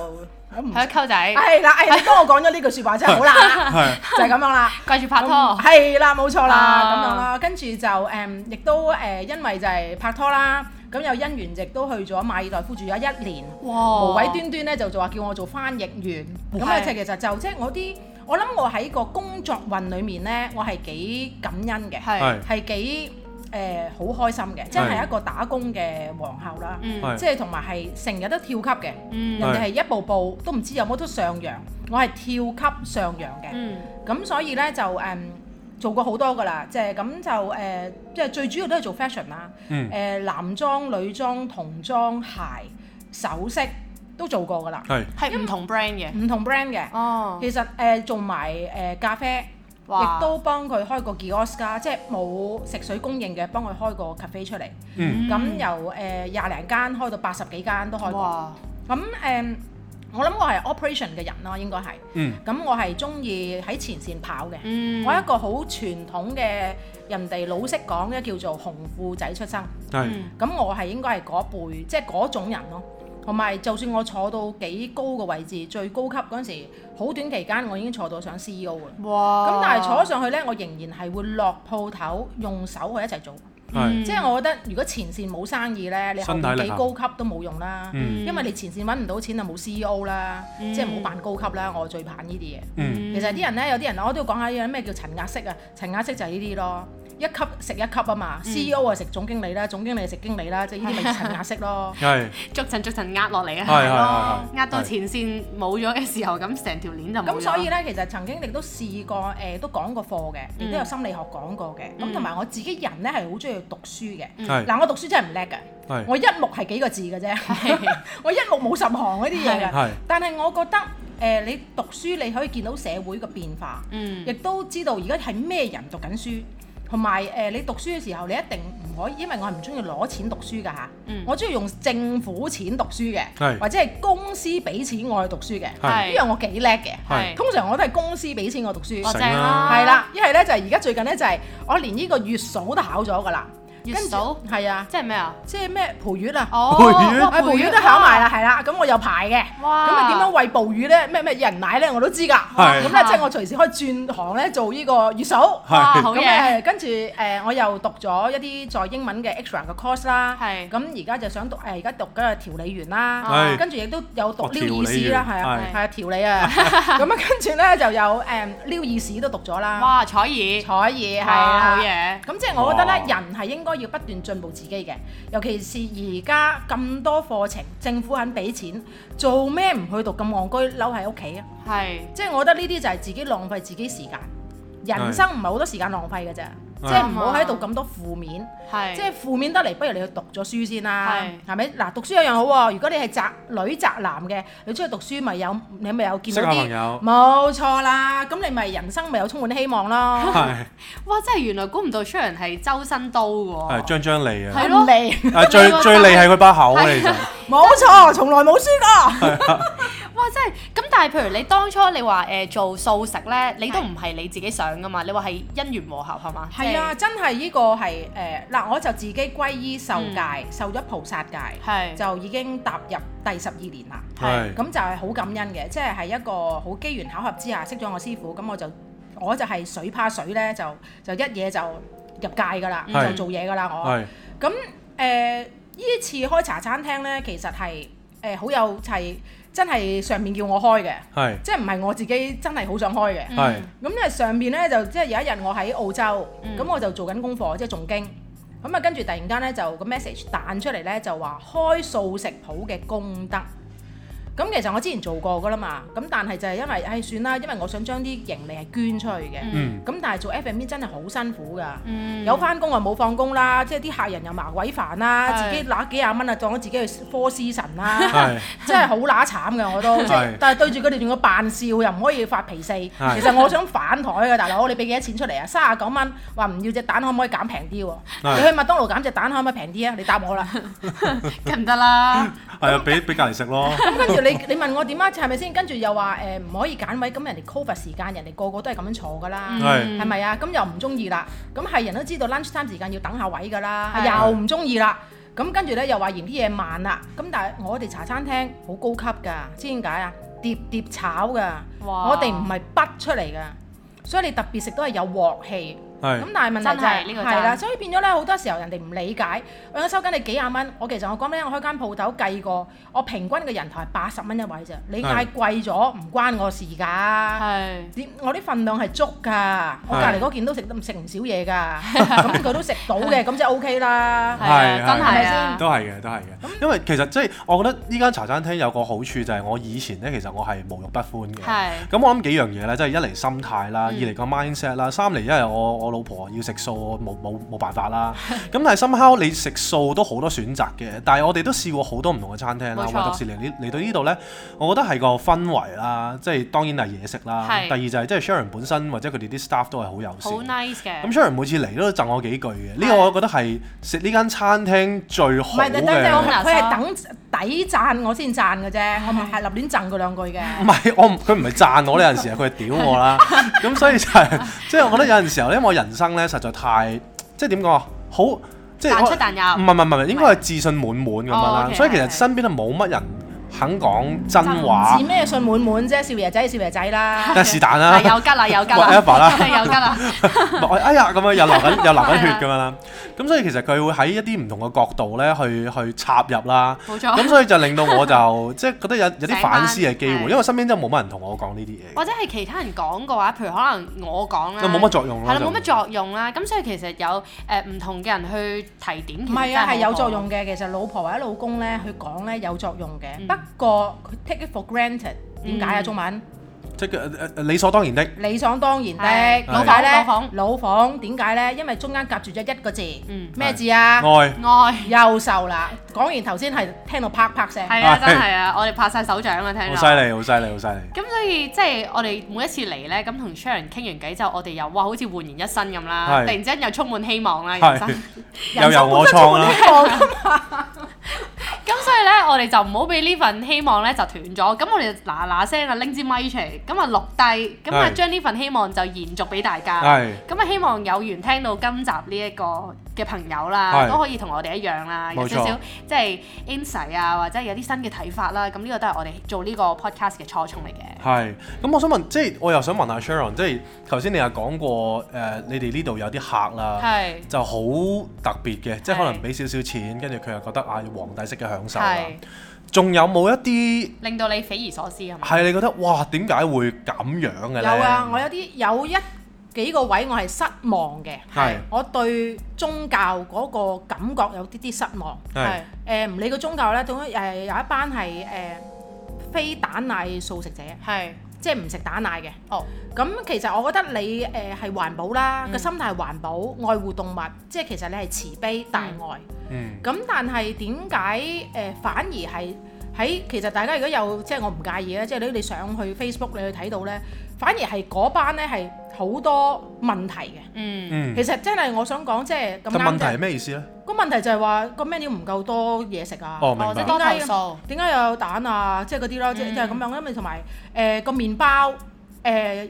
我唔係啊一溝仔，係啦，誒你幫我講咗呢句説話真係好 啦，係就係咁樣啦。掛住拍拖，係啦，冇錯啦，啊咁樣啦，跟住就誒，亦都誒，因為就係拍拖啦，咁有姻緣，亦都去咗馬爾代夫住咗一年，哇！無謂端端咧就就話叫我做翻譯員，咁啊，係其實就即係我啲，我諗我喺個工作運裡面咧，我係幾感恩嘅，係，係係幾誒好開心嘅，真係一個打工嘅皇后啦，嗯係即係同埋係成日都跳級嘅，人嗯哋係一步步都唔知有冇得上揚，我係跳級上揚嘅。嗯，咁所以咧就誒、做過好多噶啦，即係咁就誒、即係最主要都係做 fashion 啦，誒、嗯男裝、女裝、童裝、鞋、首飾都做過噶啦，係係唔同 brand 嘅，唔同 brand 嘅。哦，其實誒、做埋誒、咖啡，哇亦都幫佢開個 kiosk 啦即係冇食水供應嘅，幫佢開個 cafe 出嚟。咁、嗯由誒呃廿零間開到八十幾間都開過。哇，咁誒、嗯我諗我係 operation 嘅人咯，應該係。嗯咁我係中意喺前線跑嘅。嗯，我一個好傳統嘅人哋老式講咧叫做紅褲仔出生，係嗯咁我係應該係嗰輩，即係嗰種人咯。同埋就算我坐到幾高嘅位置，最高級嗰陣時，好短期間我已經坐到上 E CEO 啦。哇，咁但係坐上去呢，我仍然係會落鋪頭用手去一齊做，嗯係即係我覺得如果前線冇生意呢，你後身體面力幾行高級都冇用啦，嗯因為你前線揾唔到錢就冇 CEO 啦，嗯即係冇扮高級啦，我最怕呢啲嘢。嗯。其實啲人咧，有啲人我都要講下呢樣咩叫層壓式啊？層壓式就係呢啲咯，一級食一級啊嘛。CEO 啊食總經理啦，總經理食經理啦，即係呢啲咪層壓式咯 係嗯逐層逐層壓落嚟係係啊，係係壓到前線冇咗嘅時候，咁成條鏈就冇咗咁所以咧，其實曾經亦都試過誒、都講過課嘅，亦都有心理學講過嘅。咁同埋我自己人咧係好中意讀書嘅。係嗱，我讀書真係唔叻嘅，係我一目係幾個字嘅啫，我一目冇十行嗰啲嘢嘅。係但係我覺得誒、你讀書你可以見到社會嘅變化。嗯亦都知道而家係咩人讀緊書，同埋誒你讀書嘅時候，你一定唔可以，因為我係唔中意攞錢讀書㗎嚇，嗯我中意用政府錢讀書係嘅，或者係公司俾錢我去讀書嘅，係呢樣我幾叻嘅。係通常我都係公司俾錢我讀書，哦成正啦啦，係啦，一係呢就係而家最近呢，就係我連呢個月嫂都考咗㗎啦，月跟住嫂係啊，即係咩啊？即係咩培月啊，哦，培育哇啊培月都考埋啦，，係啦，咁我有牌嘅。哇，咁啊點樣餵哺乳咧？咩咩人奶咧我都知㗎。係咁咧即係我隨時可以轉行咧做呢個月嫂。係哇，好咁嘢，誒，跟住誒，我又讀咗一啲在英文嘅 extra 嘅 course 啦。係咁而家就想讀誒，而家讀緊係調理員啦。係跟住亦都有讀哦撩耳屎啦，調理員係啊，係係啊，調理啊。 咁啊，跟住咧就有誒撩耳屎都讀咗啦。哇，彩兒，彩兒係啊哇好啦。嘢，咁即係我覺得咧，哇人係應該要不斷進步自己嘅，尤其是而家咁多課程，政府肯俾錢，做咩唔去讀咁戇居，嬲喺屋企啊？係。即係我覺得呢啲就係自己浪費自己時間，人生唔係好多時間浪費嘅啫，係即係唔好喺度咁多負面，係，即係負面得嚟，不如你去讀咗書先啦，係係咪？嗱，讀書有樣好喎，如果你係宅女宅男嘅，你出去讀書咪有，你咪有見到識下朋友啲，冇錯啦，咁你咪人生咪有充滿希望咯，係哇！真係原來估唔到 Sharon 係周身刀係喎，張張利啊！係咯利，啊最最利係佢把口啊其實冇錯，從來冇輸過，哇！真係咁，但係譬如你當初你話誒、呃做素食咧，你都唔係你自己想噶嘛，你話係因緣和合係嘛？係啊，真係呢個係誒嗱，我就自己歸依受戒，受咗菩薩戒，即係，係就已經踏入第十二年啦。係咁就係好感恩嘅，即係係一個好機緣巧合之下識咗我師傅，咁我就我就係水怕水呢，就就一嘢就入界㗎啦，係就做嘢㗎啦我。係咁誒呢次開茶餐廳呢，其實係誒好有係真係上面叫我開嘅，係即係唔係我自己真係好想開嘅。係咁咧上面咧就即係有一日我喺澳洲，咁、嗯我就做緊功課，即係仲經。咁啊，跟住突然間咧就個 message 彈出嚟咧，就話開素食鋪嘅功德。咁其實我之前做過噶啦嘛，咁但係就係因為，唉、算啦，因為我想將啲盈利係捐出去嘅。咁、嗯但係做 F&B 真係好辛苦噶，嗯有翻工啊冇放工啦，即係啲客人又麻鬼煩啦，係自己揦幾廿蚊啊當咗自己去科斯神啦，係 真係好乸慘嘅我都。即係係但係對住佢哋仲要扮笑，又唔可以發脾氣。係其實我想反台嘅大佬，你俾幾多錢出嚟啊？三十九蚊，話唔要隻蛋可唔可以減平啲喎？係你去麥當勞減隻蛋可唔可以平啲啊？你答我啦。梗唔得啦，係啊，俾俾隔離食咯，咁跟住你你問我點啊？係咪先？跟住又話誒唔可以揀位，咁人哋 cover 時間，人哋個個都係咁樣坐噶啦，係嗯係咪啊？咁又唔中意啦。咁係人都知道 lunch time 時間要等下位噶啦，係又唔中意啦。咁跟住咧又話嫌啲嘢慢啦。咁但係我哋茶餐廳好高級㗎，知點解啊？碟碟炒㗎，哇我哋唔係畢出嚟㗎，所以你特別食都係有鑊氣。係咁但係問題就係真係呢個真係啦，所以變咗咧好多時候人哋唔理解，喂我收緊你幾廿蚊，我其實我講俾你聽，我開間鋪頭計過，我平均嘅人頭係八十蚊一位啫，你係嗌貴咗唔關我事㗎。係點我啲份量係足㗎，我隔係離嗰件都食得食唔 少嘢㗎，咁佢都食到嘅，咁就 O K 啦係。啊，係真係係啊，都係嘅，都係嘅。因為其實即係我覺得呢間茶餐廳有個好處就係我以前咧，其實我係無肉不歡嘅。係咁我諗幾樣嘢咧，即係一嚟心態啦，二嚟個 mindset 啦，三嚟因為我我老婆要食素，我冇冇冇辦法啦。咁但係 somehow 你食素都好多選擇嘅，但係我哋都試過好多唔同嘅餐廳啦。冇錯唯獨是嚟呢嚟到呢度咧，我覺得係個氛圍啦，即係當然係嘢食啦。係第二就係即係 Sharon 本身或者佢哋啲 staff 都係好友好善。 nice 嘅，咁 Sharon 每次嚟都贈我幾句嘅，呢個我覺得係食呢間餐廳最唔好係，等等陣，我嘅。嗱佢係等抵讚我先讚嘅啫，我唔係立亂贈佢兩句嘅。唔係，我唔佢唔係讚我呢陣時啊，佢係屌我 啦。咁所以就係，即係我覺得有陣時候咧，因為我人生咧實在太，即係點講啊，好即係彈我出彈唔入，係唔係唔係，應該係自信滿滿咁樣哦啦。 ，OK，所以其實 OK 身邊都冇乜人肯講真話是，咩信滿滿啫，少爺仔少爺仔 啦。但係是但啦 係。有吉啦，有吉啦， Whatever 啦 係有吉啦，唔係哎呀咁樣又流緊又流緊血咁樣啦。咁所以其實佢會喺一啲唔同嘅角度咧去去插入啦。冇錯。咁所以就令到我 就即係覺得有有啲反思嘅機哦會，醒返因為身邊真係冇乜人同我講呢啲嘢嘅，或者係其他人講嘅話，譬如可能我講啦，就冇乜作用係咯。啦，就冇乜作用啦。咁所以其實有誒唔同嘅人去提點，唔其實係真啊，係好有好作用嘅。其實老婆或者老公咧，佢講咧有作用嘅。嗯不過佢 take it for granted，點解啊？嗯中文即係誒誒理所當然的，理所當然係的，點老解咧房？老房點解咧？因為中間夾住咗一個字，嗯咩字啊？愛愛。優秀啦！講完頭先係聽到啪啪聲， 係啊， 係真係啊，我哋拍晒手掌啊，聽好落。犀利，好犀利，好犀利。咁所以即係我哋每一次嚟咧，咁同 Sharon 傾完偈之後，我哋又哇好似煥然一新咁啦，係突然之間又充滿希望啦，人生係。 又由我人生創啊啦本身，充滿希望咁所以咧，我哋就唔好俾呢份希望咧就斷咗。咁我哋就嗱嗱聲啊，拎支咪出嚟，咁啊錄低，咁啊係將呢份希望就延續俾大家。係咁啊，希望有緣聽到今集呢一個嘅朋友啦，係都可以同我哋一樣啦，有冇錯少少即係 insight 啊，或者有啲新嘅睇法啦。咁呢個都係我哋做呢個 podcast 嘅初衷嚟嘅。係。咁我想問，即係我又想問下 Sharon，即係頭先你又講過誒，你哋呢度有啲客啦。係就好特別嘅，即係可係能俾少少錢，跟住佢又覺得啊，要皇帝式嘅享受啦係，仲有冇一啲令到你匪夷所思係咪？係你覺得哇點解會咁樣嘅咧？有啊！我有啲有一幾個位我係失望嘅，係我對宗教嗰個感覺有啲啲失望。係誒唔理個宗教咧，總之誒有一班係誒非蛋奶素食者，係即係唔食蛋奶嘅。哦，咁其實我覺得你誒係環保啦，嗯個心態係環保，愛護動物，即係其實你係慈悲大愛。嗯咁但係點解誒反而係喺其實大家如果有即係我唔介意咧，啊即係你你上去 Facebook 你去睇到咧，反而係嗰班咧係好多問題嘅。嗯，嗯。其實真係我想講，即係咁但問啱題係啫。咩意思咧？個問題就係話個 menu 唔夠多嘢食啊。哦，哦，明即白。係多投點解訴，點解又有蛋啊？即係嗰啲咯，即係嗯就係咁樣。因為同埋誒個麵包誒、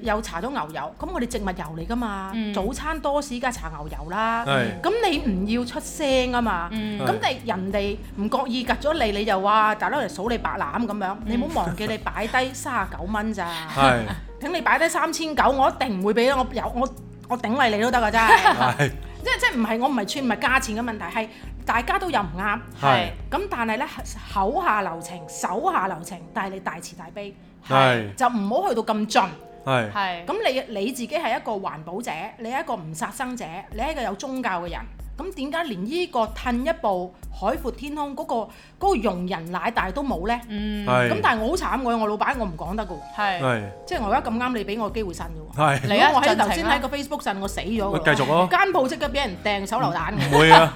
又搽咗牛油，咁我哋植物油嚟噶嘛，嗯早餐多士梗係搽牛油啦。係咁你唔要出聲啊嘛。嗯咁你人哋唔覺意夾咗你，你就話大佬嚟數你白攬咁樣，你唔好忘記你擺低三十九蚊咋，係等你擺低三千九，我一定唔會俾我有我我頂你你都得㗎真係，係即係即係唔係我唔係串唔係價錢嘅問題，係大家都有唔啱。係係咁但係咧口下留情，手下留情，但係你大慈大悲，係就唔好去到咁盡。係係咁你你自己係一個環保者，你係一個唔殺生者，你係一個有宗教嘅人。咁點解連呢個褪一步海闊天空嗰、個嗰、個容人奶大都冇呢？嗯，係咁但係我好慘嘅，我老闆我唔講得嘅喎，係係即係我而家咁啱你俾我機會呻嘅喎。係你如啊果我喺盡情啊頭先喺個 Facebook 呻，我死咗喂㗎繼喎。續咯，間鋪即刻俾人掟手榴彈嘅。唔會啊，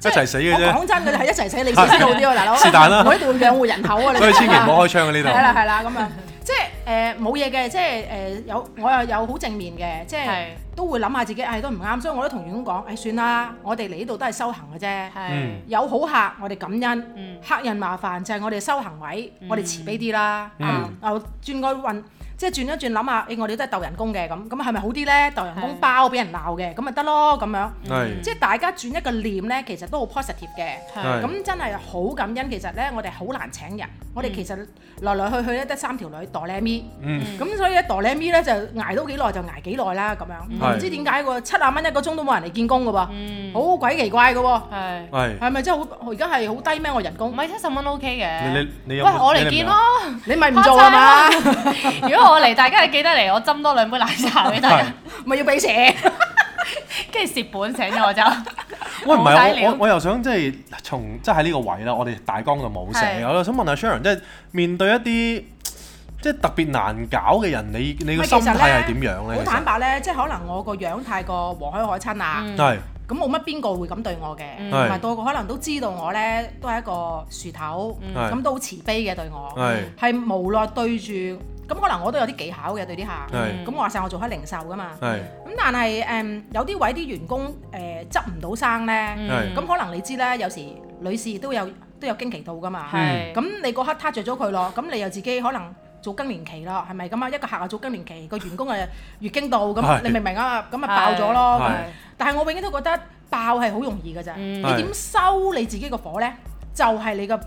一即係齊死嘅我啫，講真，佢哋係一齊死，你先知道啲喎，大佬。是但啦我一定會養活人口啊！你所以千祈唔好。好開槍嘅係啦呢係啦，咁啊，即係誒冇嘢嘅，即係誒有我又有好正面嘅，即係係都會諗下自己，唉都唔啱，所以我都同員工講，唉算啦，我哋嚟呢度都係修行嘅啫。係有好客，我哋感恩；嗯客人麻煩就係我哋修行位，嗯我哋慈悲啲啦。嗯啊，又轉個運，即係轉一轉諗下，誒我哋都係鬥人工嘅咁，咁係咪好啲呢？鬥人工係包俾人鬧嘅，咁咪得咯咁樣。度，係即係大家轉一個念呢，其實都好 positive 嘅。係咁真係好感恩，其實呢，我哋好難請人，我哋其實來來去去咧得三條女哆咧咪，嗯嗯咁所以咧哆咧咪呢，就捱到幾耐就捱幾耐啦咁樣。我唔知點解個七啊蚊一個鐘都冇人嚟見工嘅喎，嗯好鬼奇怪嘅喎。係，係係咪真係好？我而家係好低咩？我人唔工，係七十蚊 OK 嘅。你你你喂，有冇我嚟你見有冇咯。你咪唔做啊嘛？ 如果我嚟，大家記得嚟，我斟多兩杯奶茶俾大係家， 咪要俾錢？跟住蝕本請咗我就。喂，唔冇曬係我料我我又想即係從即係喺呢個位啦，我哋大綱就冇寫，係我又想問下 Sharon，即係面對一啲即係特別難搞嘅人，你你個咪心態係其點實樣好咧？坦白咧，即係可能我個樣太過和藹可親啦，其實係咁冇乜邊個會咁對我嘅，嗯同埋到個可能都知道我咧都係一個樹頭，嗯係咁都好慈悲嘅對我，係係無奈對住，咁可能我都有啲技巧嘅對啲客，係嗯咁我話晒我做開零售噶嘛，係咁但係誒有啲位啲員工誒執唔到嗯生咧，係咁可能你知啦，有時女士都有都有經期到噶嘛。係咁你嗰刻撻着咗佢咯，咁你又自己可能做更年期啦，係咪咁啊？一個客啊做更年期，個員工啊月經到，咁係你明唔明啊？咁啊爆咗咯。係咁但係我永遠都覺得爆係好容易嘅咋，嗯你點收你自己個火呢？就係、你個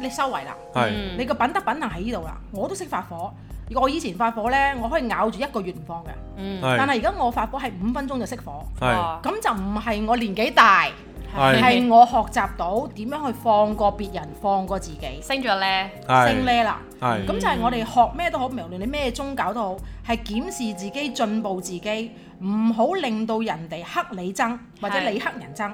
你收圍啦，係嗯你個品德品能喺呢度啦。我都識發火，我以前發火呢，我可以咬住一個月唔放嘅，嗯係但係而家我發火係五分鐘就熄火，係哇咁就唔係我年紀大，係係我學習到點樣去放過別人，放過自己。升咗咧，係升 l 啦。係咁就係我哋學咩都好，無論你咩宗教都好，係檢視自己、進步自己，唔好令到人哋黑你憎，或者係你黑人憎。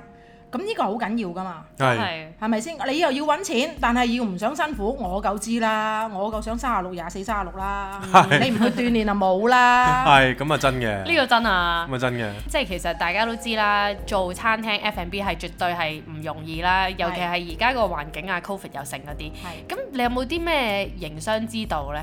咁呢個好緊要噶嘛，係係係咪先？你又要揾錢，但係要唔想辛苦，我夠知啦，我夠想三十六、廿四、三十六啦。係你唔去鍛煉就冇啦。係咁啊真嘅，呢個真啊！咁啊真嘅，即係其實大家都知啦，做餐廳 F&B 係絕對係唔容易啦，尤其係而家個環境啊，Covid 又盛嗰啲。係咁你有冇啲咩營商之道呢？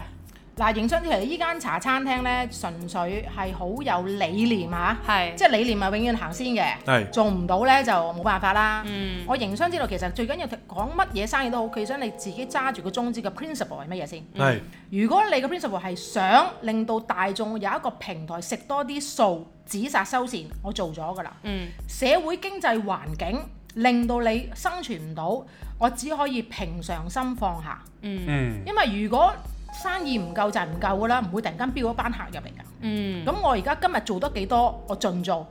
嗱，營商其實呢間茶餐廳呢，純粹係好有理念啊嚇、係即係理念係永遠行先嘅。係做唔到呢，就冇辦法啦。嗯我營商之道其實最緊要講乜嘢生意都好，佢想你自己揸住個宗旨嘅 principle 係乜嘢先？係如果你嘅 principle 係想令到大眾有一個平台食多啲素，止殺收線，我做咗㗎啦。嗯社會經濟環境令到你生存唔到，我只可以平常心放下，嗯嗯因為如果生意唔夠就係唔夠㗎啦，唔會突然間飆一班客入嚟㗎。嗯咁我而家今日做得幾多，我盡做，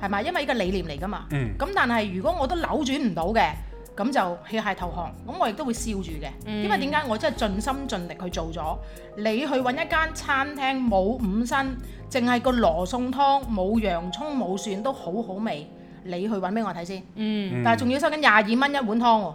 係咪？因為呢個理念嚟㗎嘛。嗯咁但係如果我都扭轉唔到嘅，咁就棄械投降。咁我亦都會笑住嘅，嗯因為點解我真係盡心盡力去做咗。你去揾一間餐廳冇五辛，淨係個羅宋湯冇洋葱冇蒜都好好味，你去揾俾我睇先。嗯，嗯但係仲要收緊廿二蚊一碗湯喎。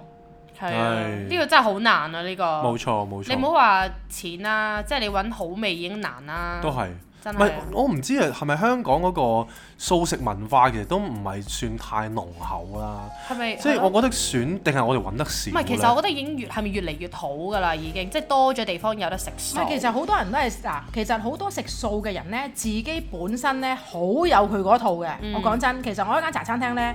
係啊！係呢個真係好難啊！呢個冇錯冇你唔錯，好話錢啦，即係你揾好味已經難啦，都係。真唔係係，我唔知啊，係咪香港嗰個素食文化其實都唔係算太濃厚啦。係咪？即係我啊覺得選定係我哋揾得少唔呢係，其實我覺得已經越係咪越嚟越好㗎啦，已經即係多咗地方有得食唔素。係，其實好多人都係嗱，其實好多食素嘅人呢，自己本身呢，好有佢嗰套嘅。嗯我講真，其實我一間茶餐廳呢，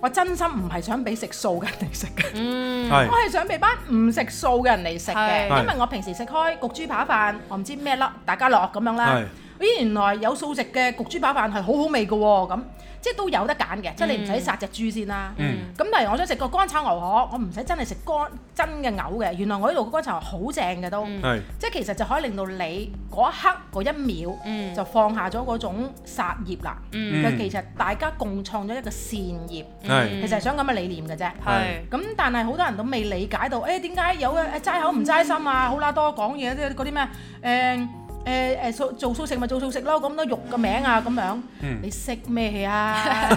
我真心唔係想俾食素嘅人嚟食嘅。嗯係我係想俾班唔食素嘅人嚟食嘅，係因為我平時食開焗豬扒飯，我唔知咩粒大家樂咁樣啦係。咦，原來有素食嘅焗豬扒飯係好好味嘅喎，咁即係都有得揀嘅，即係你唔使殺隻豬先啦。嗯咁例如我想食個乾炒牛河，我唔使真係食乾真嘅牛嘅，原來我呢度個乾炒牛河好正嘅都，係即係其實就可以令到你嗰一刻嗰一秒嗯就放下咗嗰種殺業啦。嗯佢其實大家共創咗一個善業，係其實係想咁嘅理念嘅啫。係咁但係好多人都未理解到，誒點解有嘅誒齋口唔齋心啊，好啦多講嘢即係嗰啲咩誒誒誒素做素食咪做素食咯，咁多肉嘅名啊咁樣，嗯你識咩 啊？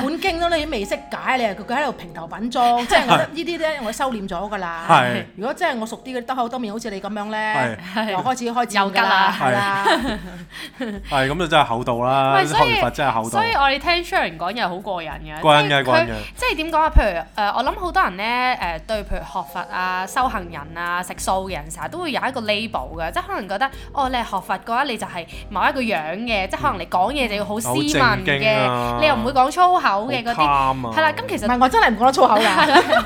本經都你都未識解，你又佢喺度平頭 品足，即係我覺得呢啲咧我收斂咗㗎啦。係如果真係我熟啲嗰啲兜口兜面，好似你咁樣咧，係又開始開有㗎戰㗎啦啦，係啦。係咁就真係厚道啦，喂後所以罰真係厚道所。以我哋聽 Sharon 講又好過癮嘅，過癮即係嘅過癮佢嘅即係點講啊？譬如誒、呃我諗好多人咧誒、呃、對譬如學佛啊、修行人啊、食素嘅人，成日都會有一個 label 嘅，即係可能覺得哦，你係學佛嘅話，你就係某一個樣嘅，即係可能你講嘢就要好斯文好正經嘅，啊你又唔會講粗口嘅嗰啲，好啊 calm 啊係啦。咁其唔實係我真係唔講得粗 口㗎，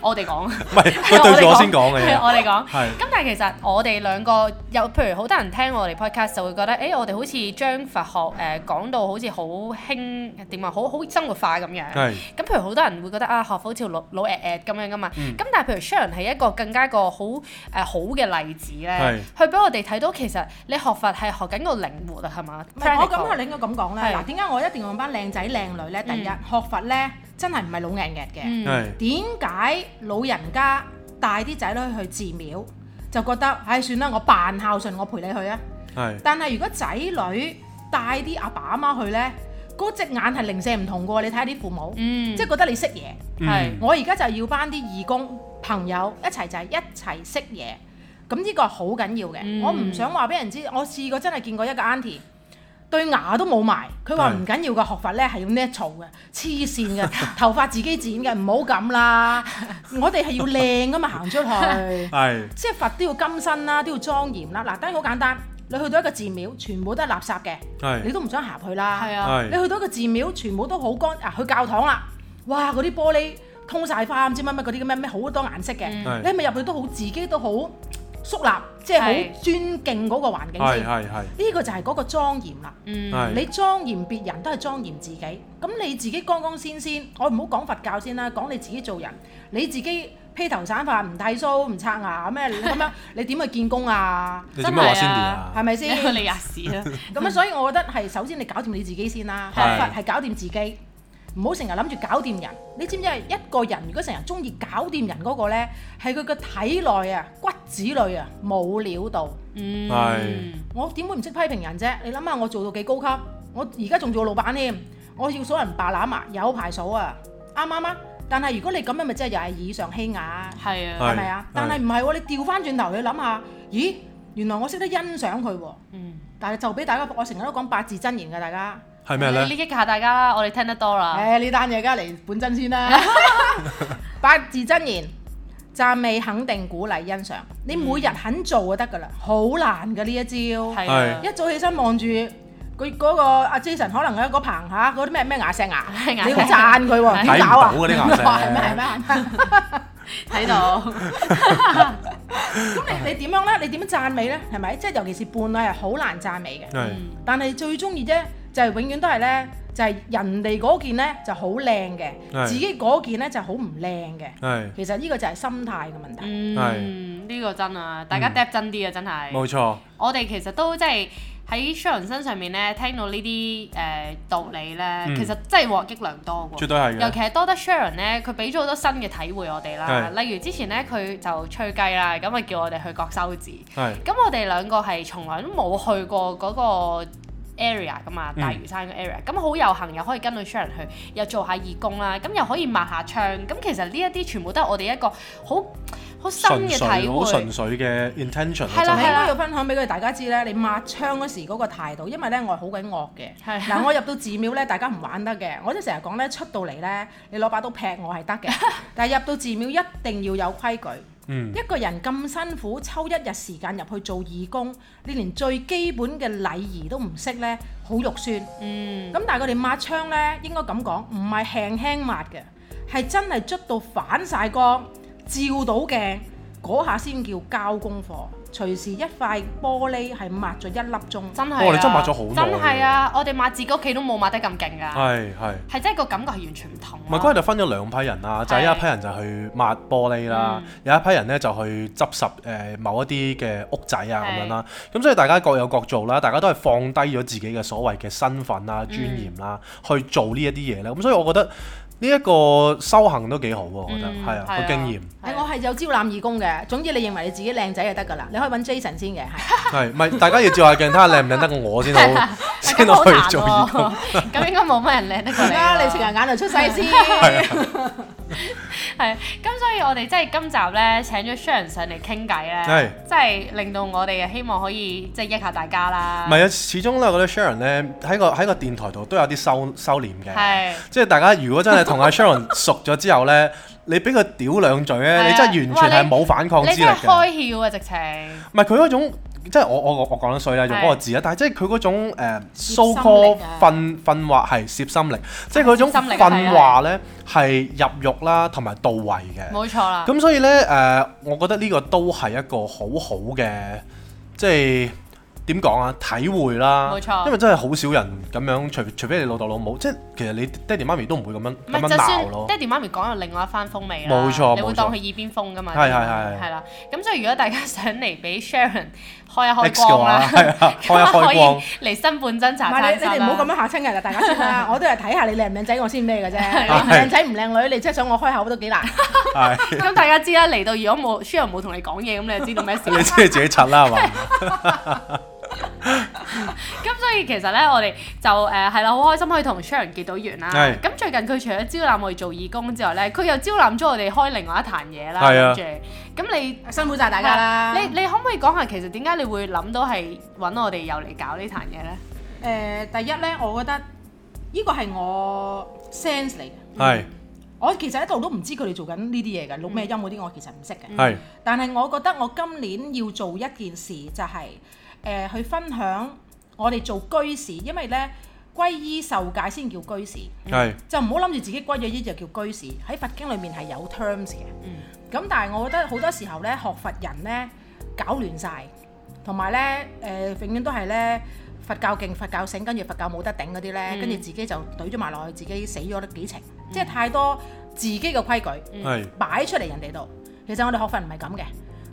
我哋講。 唔係佢對住我先講嘅係嘢，我哋講。係咁但係其實我哋兩個有，譬如好多人聽我哋 podcast 就會覺得，誒、我哋好似將佛學誒、呃、講到好似好輕點啊，好好生活化咁樣。係咁譬如好多人會覺得啊，學佛好似老老誒誒咁樣噶嘛。咁、嗯但係譬如 Sharon 係一個更加一個好誒、呃好嘅例子係咧，佢俾我哋睇到其實你學佛係學緊個靈活啊，係嘛？唔係我咁啊， Practical 你應該咁講係咧。嗱，點解我一定要用班靚仔靚女咧？第一，嗯學佛咧真係唔係老硬嘅嘅。嗯係點解老人家帶啲仔女去寺廟，就覺得唉、算啦，我扮孝順，我陪你去啊！係但係如果仔女帶啲阿爸阿媽去呢，嗰隻眼係零舍唔同嘅喎，你睇下啲父母，嗯，即係覺得你識嘢。係嗯我而家就要班啲義工朋友一齊就係一齊識嘢，咁呢個係好緊要嘅。嗯我唔想話俾人知，我試過真係見過一個 auntie 對牙都冇埋，佢話係唔緊要嘅，學佛咧係要 natural 嘅，黐線嘅，頭髮自己剪嘅，唔好咁啦。我哋係要靚噶嘛，行出去。係即係佛都要金身啦，都要莊嚴啦。嗱，當然好簡單，你去到一個寺廟，全部都係垃圾嘅，係你都唔想行入去啦。係啊，係你去到一個寺廟，全部都好乾啊！去教堂啦，哇！嗰啲玻璃通晒花，唔知乜乜嗰啲咁咩咩好多顏色嘅，嗯係你係咪入去都好自己都好肅立，即係好係尊敬嗰個環境係先。係係呢個就係嗰個莊嚴啦。嗯係你莊嚴別人都係莊嚴自己，咁你自己光光鮮鮮，我唔好講佛教先啦，講你自己做人，你自己披頭散髮，唔剃須，唔刷牙咩 咁樣，你點去見工啊？你點解話真係 Cindy 啊啊係？咪你 先？你吔屎啦，咁啊，所以我覺得係首先你搞掂你自己先啦，嗯係佛係搞掂自己，唔好成日諗住搞掂人。你知唔知係一個人如果成日中意搞掂人嗰個呢，係佢個體內啊骨子裏啊冇料到。嗯係我點會唔識批評人啫？你諗下我做到幾高級，我而家仲做老闆添，我要數人白攬啊，有排數啊，啱唔啱啊？但係如果你咁樣咪真係又係以上欺壓，係啊。係係咪啊係？但係唔係喎？你調翻轉頭你諗下，咦，原來我識得欣賞佢喎。嗯但係就俾大家，我成日都講八字真言㗎，大家。係咩你咧？呢激下大家啦，我哋聽得多啦。誒呢單嘢梗係嚟本真先啦。八字真言，讚美、肯定、鼓勵、欣賞，你每日肯做就得㗎啦，好難㗎呢一招。係啊一早起身望住佢嗰個阿 Jason，可能喺嗰棚嚇嗰啲咩咩牙石牙，係啊牙石你要讚佢喎，睇點唔搞啊？到嗰啲牙石 係咩係咩係咩？ 睇到咁你你點樣咧？你點樣讚美咧？係咪？即係尤其是伴侶係好難讚美嘅。係嗯但係最中意啫，就係、永遠都係呢，就係、人哋嗰件呢就好靚係嘅，自己嗰件呢就好唔靚嘅。係其實呢個就係心態嘅問題。嗯，呢個真啊，大家嗯 d 真啲啊，真係。冇錯，我哋其實都即係喺 Sharon 身上面咧，聽到呢啲誒道理咧，嗯其實真係獲益良多絕喎。對係尤嘅。其係多得 Sharon 咧，佢俾咗好多新嘅體會我哋啦。係例如之前咧，佢就吹雞啦，咁啊叫我哋去國修寺。係咁我哋兩個係從來都冇去過嗰個 area 噶嘛，嗯大嶼山嘅 area。咁好有幸又可以跟到 Sharon 去，又做下義工啦，咁又可以抹下窗。咁其實呢一啲全部都係我哋一個好好新純嘅體粹好純會。粹嘅 intention 啊係啦真係我應係啦該要分享俾佢大家知呢，你抹窗嗰時嗰個態度，因為呢，我係好鬼惡嘅。係嗱，我入到寺廟呢，大家唔玩得嘅。我都成日講呢，出到嚟呢，你攞把刀劈我係得嘅， 但係入到寺廟一定要有規矩。嗯一個人咁辛苦抽一日時間入去做義工，你連最基本嘅禮儀都唔識呢，好肉酸。嗯，咁但係佢哋抹窗呢，應該咁講，唔係輕輕抹嘅，係真係捽到反晒光，照到鏡嗰下先叫交功課。隨時一塊玻璃係抹咗一粒鐘，真係啊。哦我哋真係抹咗好耐真係啊！我哋抹自己屋企都冇抹得咁勁㗎，係係。係真係個感覺係完全唔同唔係嗰咯。日就分咗兩批人啦，就係有一批人就去抹玻璃啦，嗯有一批人咧就去執拾誒、呃某一啲嘅屋仔啊咁樣啦。咁所以大家各有各做啦，大家都係放啊嗯低咗自己嘅所謂嘅身份啦、尊嚴啦，去做呢一啲嘢咧。咁所以我覺得。呢一個修行都幾好喎，我覺得嗯係啊係啊個經驗誒哎 我係有招攬義工嘅，總之你認為你自己靚仔就得㗎啦，你可以揾 Jason 先嘅，係。係咪？大家要照下鏡，睇下靚唔靚得過我 先好先咁好好去做義工。難喎， 咁應該冇乜人靚得過啊你而喎。家啊你食人眼就出世先， 啊係，咁所以我哋真係今集咧請咗 Sharon 上嚟傾偈係咧，真係令到我哋啊希望可以即係益下大家啦唔。係啊，始終咧，我覺得 Sharon 咧喺個喺個電台度都有啲收收斂嘅。係，即係大家如果真係同阿 Sharon 熟咗之後咧，你俾佢屌兩嘴係啊咧，你真係完全係冇反抗你之力真係嘅。開竅啊！直情唔係佢嗰種，即係我我我我講得衰啦，用嗰個係字啊，但係即係佢嗰種誒心 so 力啊 call 訓訓話係攝心力，即係佢嗰種攝心力啊係啊訓話咧係入肉啦，同埋到位嘅。冇錯啦。咁所以咧，誒、我覺得呢個都係一個好好嘅，即係點講啊？體會啦，冇錯因為真係好少人咁樣，除除非你老豆老母，即係其實你爹哋媽咪都唔會咁樣唔咁係，樣就鬧咯。算爹哋媽咪講有另外一番風味啦，冇錯你會冇錯當佢耳邊風噶嘛？係係係係啦。咁所以如果大家想嚟俾 Sharon 開一 X 嘅開光 話，啦，係啊，開一開光，可以嚟新半真唔茶係餐你你室啦哋唔好咁樣嚇親人啦，啊大家 先啦，我都係睇下你靚唔靚仔我先咩嘅啫，係你唔靚仔唔靚女，你真係想我開口都幾 難。係咁大家知啦，嚟到如果冇 Sharon 冇同你講嘢，咁你就知道咩事 你。知你自己柒啦，係嘛？咁所以其實咧，我哋就誒係啦，好開心可以同 Sharon 結到緣啦。係咁最近佢除咗招攬我哋做義工之外咧，佢又招攬咗我哋開另外一壇嘢啦。係啊跟住咁你辛苦晒大家啦！你你可唔可以講下其實點解你會諗到係揾我哋又嚟搞呢壇嘢咧？誒、第一咧，我覺得呢個係我 sense 嚟嘅。嗯係我其實一度都唔知佢哋做緊呢啲嘢嘅，錄咩音嗰啲我其實唔識嘅。係但係我覺得我今年要做一件事就係、誒、去分享我哋做居士，因為咧皈依受戒先叫居士，嗯係就唔好諗住自己皈咗依就叫居士。喺佛經裏面係有 terms 嘅。嗯，咁但係我覺得好多時候咧，學佛人咧搞亂晒，同埋咧誒，永遠都係咧佛教勁、佛教醒，跟住佛教冇得頂嗰啲咧，嗯跟住自己就懟咗埋落去，自己死咗幾程，即係太多自己嘅規矩係擺出嚟人哋度。其實我哋學佛唔係咁嘅，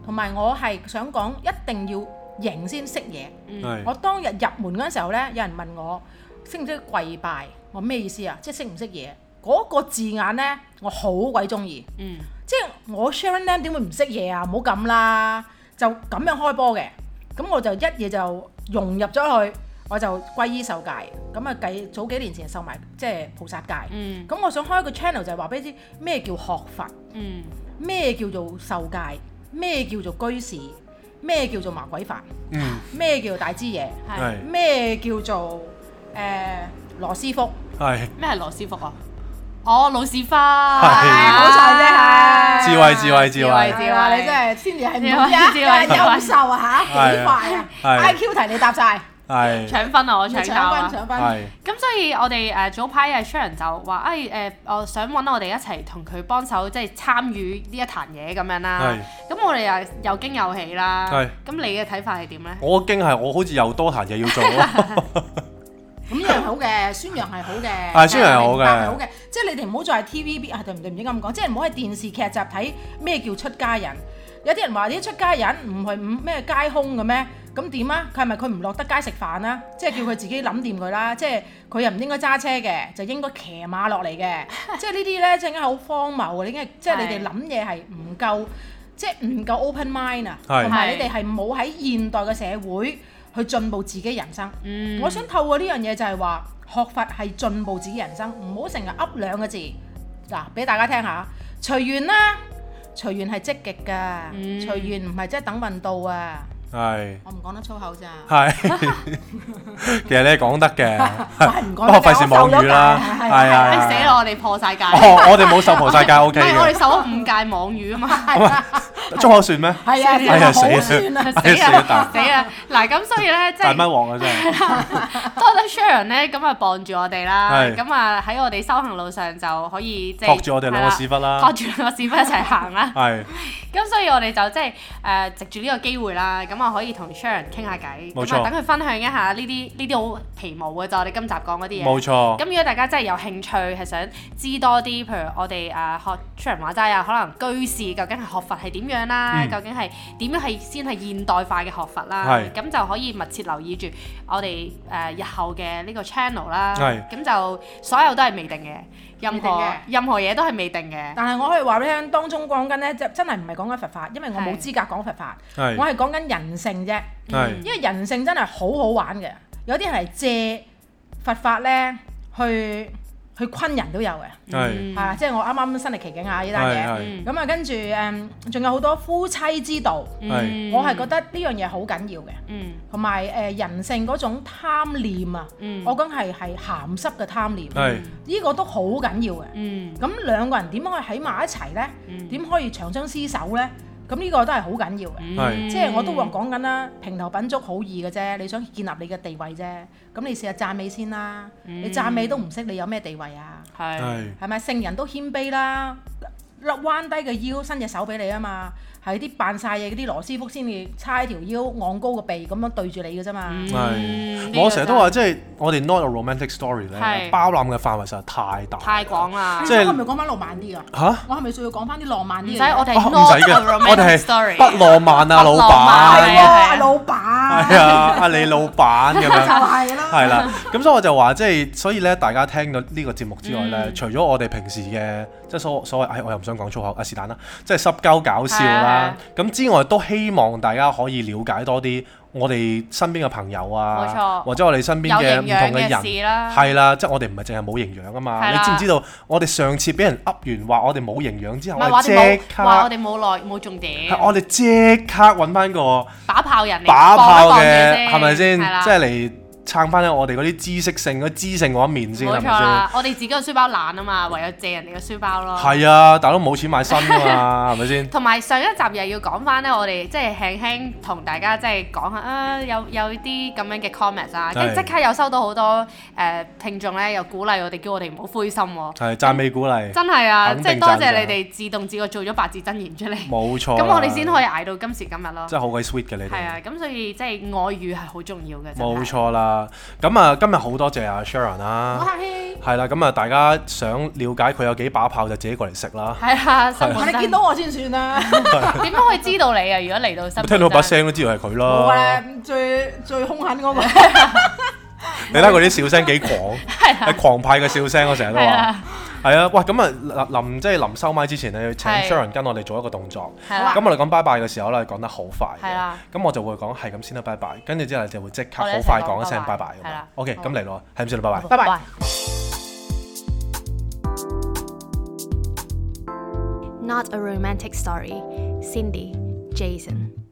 同埋我係想講一定要型先識嘢。嗯係我當日入門嗰陣時候咧，有人問我識唔識跪拜，我咩意思啊？即係識唔識嘢？嗰、個字眼咧，我好鬼中意。嗯，即係我 Sharon Lam 點會唔識嘢啊？唔好咁啦，就咁樣開波嘅。咁我就一嘢就融入咗去，我就皈依受戒。咁啊，計早幾年前受埋即係菩薩戒。嗯，咁我想開一個 channel 就係話俾你知咩叫學佛，嗯，咩叫做受戒，咩叫做居士，咩叫做麻鬼煩，嗯咩叫做大支嘢，係係咩叫做誒、呃、羅斯福。係咩係羅斯福啊？哦，老屎花，係冇嗯錯啫係智啊慧智慧智慧慧智係啊！你真係先至係唔好智慧啫，智慧優秀啊嚇，幾快啊係！IQ 題你答晒，係搶分啊！我搶搶教啊！分搶分。係咁所以我哋誒、呃早排啊 Sharon 就話誒誒，我想揾我哋一齊同佢幫手，即係參與呢一壇嘢咁樣啦係。咁我哋又又驚又喜啦。係咁你嘅睇法係點呢？我驚係我好似又多壇嘢要做 咯，咁樣係好嘅，宣揚係好 嘅，啊係宣揚係好嘅明白係好嘅。即係你哋唔好再係 TVB 啊，對唔對？唔應該咁講，即係唔好喺電視劇集睇咩叫出家人。有啲人話啲出家人唔係唔咩街空嘅咩？咁點啊？佢係咪佢唔落得街食飯啊？即係叫佢自己諗掂佢啦。即係佢又唔應該揸車嘅，就應該騎馬落嚟 嘅。即係呢啲咧，真係好荒謬嘅。啊你應該即係你哋係諗嘢係唔夠，即係唔夠 open mind 啊，係同埋你哋係冇喺現代嘅社會去進步自己人生。嗯，我想透過呢樣嘢就係話，學佛係進步自己人生，唔好成日噏兩個字。嗱，俾大家聽下，隨緣啦，隨緣係積極㗎，嗯隨緣唔係即係等運到啊！ 係我唔講得粗口咋，係，其實你係講得嘅。我係唔不講得過㗎。費事網語啦，我受咗㗎係啊，哎係死啊 啦！我哋 破晒戒，唔哦，我哋冇受菩薩戒 OK 係我哋嘅，受咗五戒網語 啊嘛。係啊，中學算咩？係啊，哎呀死好啦酸啊！哎死呀死啦啦大死啦！嗱咁所以咧，即大係乜鑊啊真係，多得 Sharon 咧，咁啊傍住我哋啦，係咁啊喺我哋修行路上就可以即係托住我哋兩個屎係忽啦托啦，住兩個屎忽一齊 行啦。係咁所以我哋就即係誒藉住呢個機會啦，咁啊我可以同 Sharon 傾下偈，冇咁啊錯等佢分享一下呢啲呢啲好皮毛嘅就我哋今集講嗰啲嘢。冇錯咁，如果大家真係有興趣係啊想知多啲，譬如我哋誒、呃、學 Sharon 話齋啊，可能居士究竟係學佛係點樣樣啦，嗯究竟係點樣係先係現代化嘅學佛啦係，咁就可以密切留意住我哋誒、呃日後嘅呢個 channel 啦，係咁就所有都係未定嘅，任未定何嘅任何嘢都係未定嘅，但係我可以話俾你聽，當中講緊咧，即真係唔係講緊佛法，因為我係冇資格講佛法，係我係講緊人性啫。係因為人性真係好好玩嘅，有啲人係借佛法咧去去昆人都有嘅，係嗯係啊，即係我啱啱身歷其境啊呢單嘢。係嗯咁啊，跟住誒，仲有好多夫妻之道，係我係覺得呢樣嘢好緊要嘅，嗯同埋誒人性嗰種貪念啊，嗯我講係係鹹濕嘅貪念，係呢個都好緊要嘅。嗯咁兩個人點可以喺埋一齊呢？嗯點可以長相廝守呢？咁呢個都係好緊要嘅。係嗯即係我都話講緊啦，平頭品足好易嘅啫，你想建立你嘅地位啫，咁你試下讚美先啦。嗯你讚美都唔識，你有咩地位啊？係係係咪聖人都謙卑啦？甩彎低嘅腰，伸隻手俾你啊嘛，係啲扮晒嘢嗰啲羅斯福先至叉條腰，昂高個鼻咁樣對住你嘅啫嘛。嗯係，我成日都話即係我哋 not a romantic story 咧，係包攬嘅範圍實在太大太廣啦啊，即係我係咪講翻浪漫啲啊？嚇。我係咪需要講翻啲浪漫唔啲使啊嘅嘢？我哋哦唔使 not a 嘅，我哋 romantic story 係不浪漫啊，不老浪漫闆係。啊哇老闆係啊，阿李老闆咁就樣。係啦。係 啦，咁所以我就話，即係所以咧，大家聽到呢個節目之外咧，嗯除咗我哋平時嘅即係所所謂，唉，我又唔想講粗口，啊是但啦，即係濕鳩搞笑啦，咁之外都希望大家可以了解多啲我哋身邊嘅朋友冇啊，錯或者我哋身邊有嘅唔營養同嘅嘅人。事啦，係啦，即係我哋唔係淨係冇營養啊嘛，係你啦知唔知道？我哋上次俾人噏完話我哋冇營養之後，唔我係話我哋哋冇即話我刻，哋冇內冇重點，係我哋即刻揾翻個打炮人嚟把炮放一放嘅佢係咪先？係啦即係嚟撐翻我哋嗰啲知識性、嗰啲知性嗰一面先冇係錯咪先？啦，我哋自己個書包懶啊嘛，唯有借人哋嘅書包咯。係啊，大佬冇錢買新啊 嘛，係咪先？同埋上一集又要講翻咧，我哋即係輕輕同大家即係講下啊，有有啲咁樣嘅 comment 啦，跟住係即刻又收到好多誒、呃、聽眾咧，又鼓勵我哋，叫我哋唔好灰心喎、係讚美鼓勵， 真係啊，肯即定係多謝讚賞你哋自動自覺做咗八字真言出嚟，冇錯啦。咁我哋先可以捱到今時今日咯。真係好鬼 sweet 嘅你係哋。啊，咁所以即係外語係好重要嘅。真係冇。錯啦，咁啊今日好多謝阿 Sharon 唔啦，好客氣。係啦，咁啊大家想了解佢有幾把炮就自己過嚟食啦。係啊，新係本你見真到我先算啦。點樣可以知道你啊？如果嚟到新聽到佢把本真聲都知道係佢 冇啦啊，，最最兇狠嗰個。你睇佢啲笑聲幾 狂，係狂派嘅笑聲，我成日都啊係話啦。係啊，喂，咁啊臨臨即係臨收麥之前咧，要請係 Sharon 跟我哋做一個動作。係啦咁我哋講拜拜嘅時候咧，講得好快嘅係啦咁我就會講係咁先啦，拜拜。跟住之後就會即刻好我哋一齊快講講一聲拜拜拜拜咁係樣啦。 OK，好咁嚟咯，係咁先啦，拜拜。拜拜。 Not a romantic story. Cindy, Jason.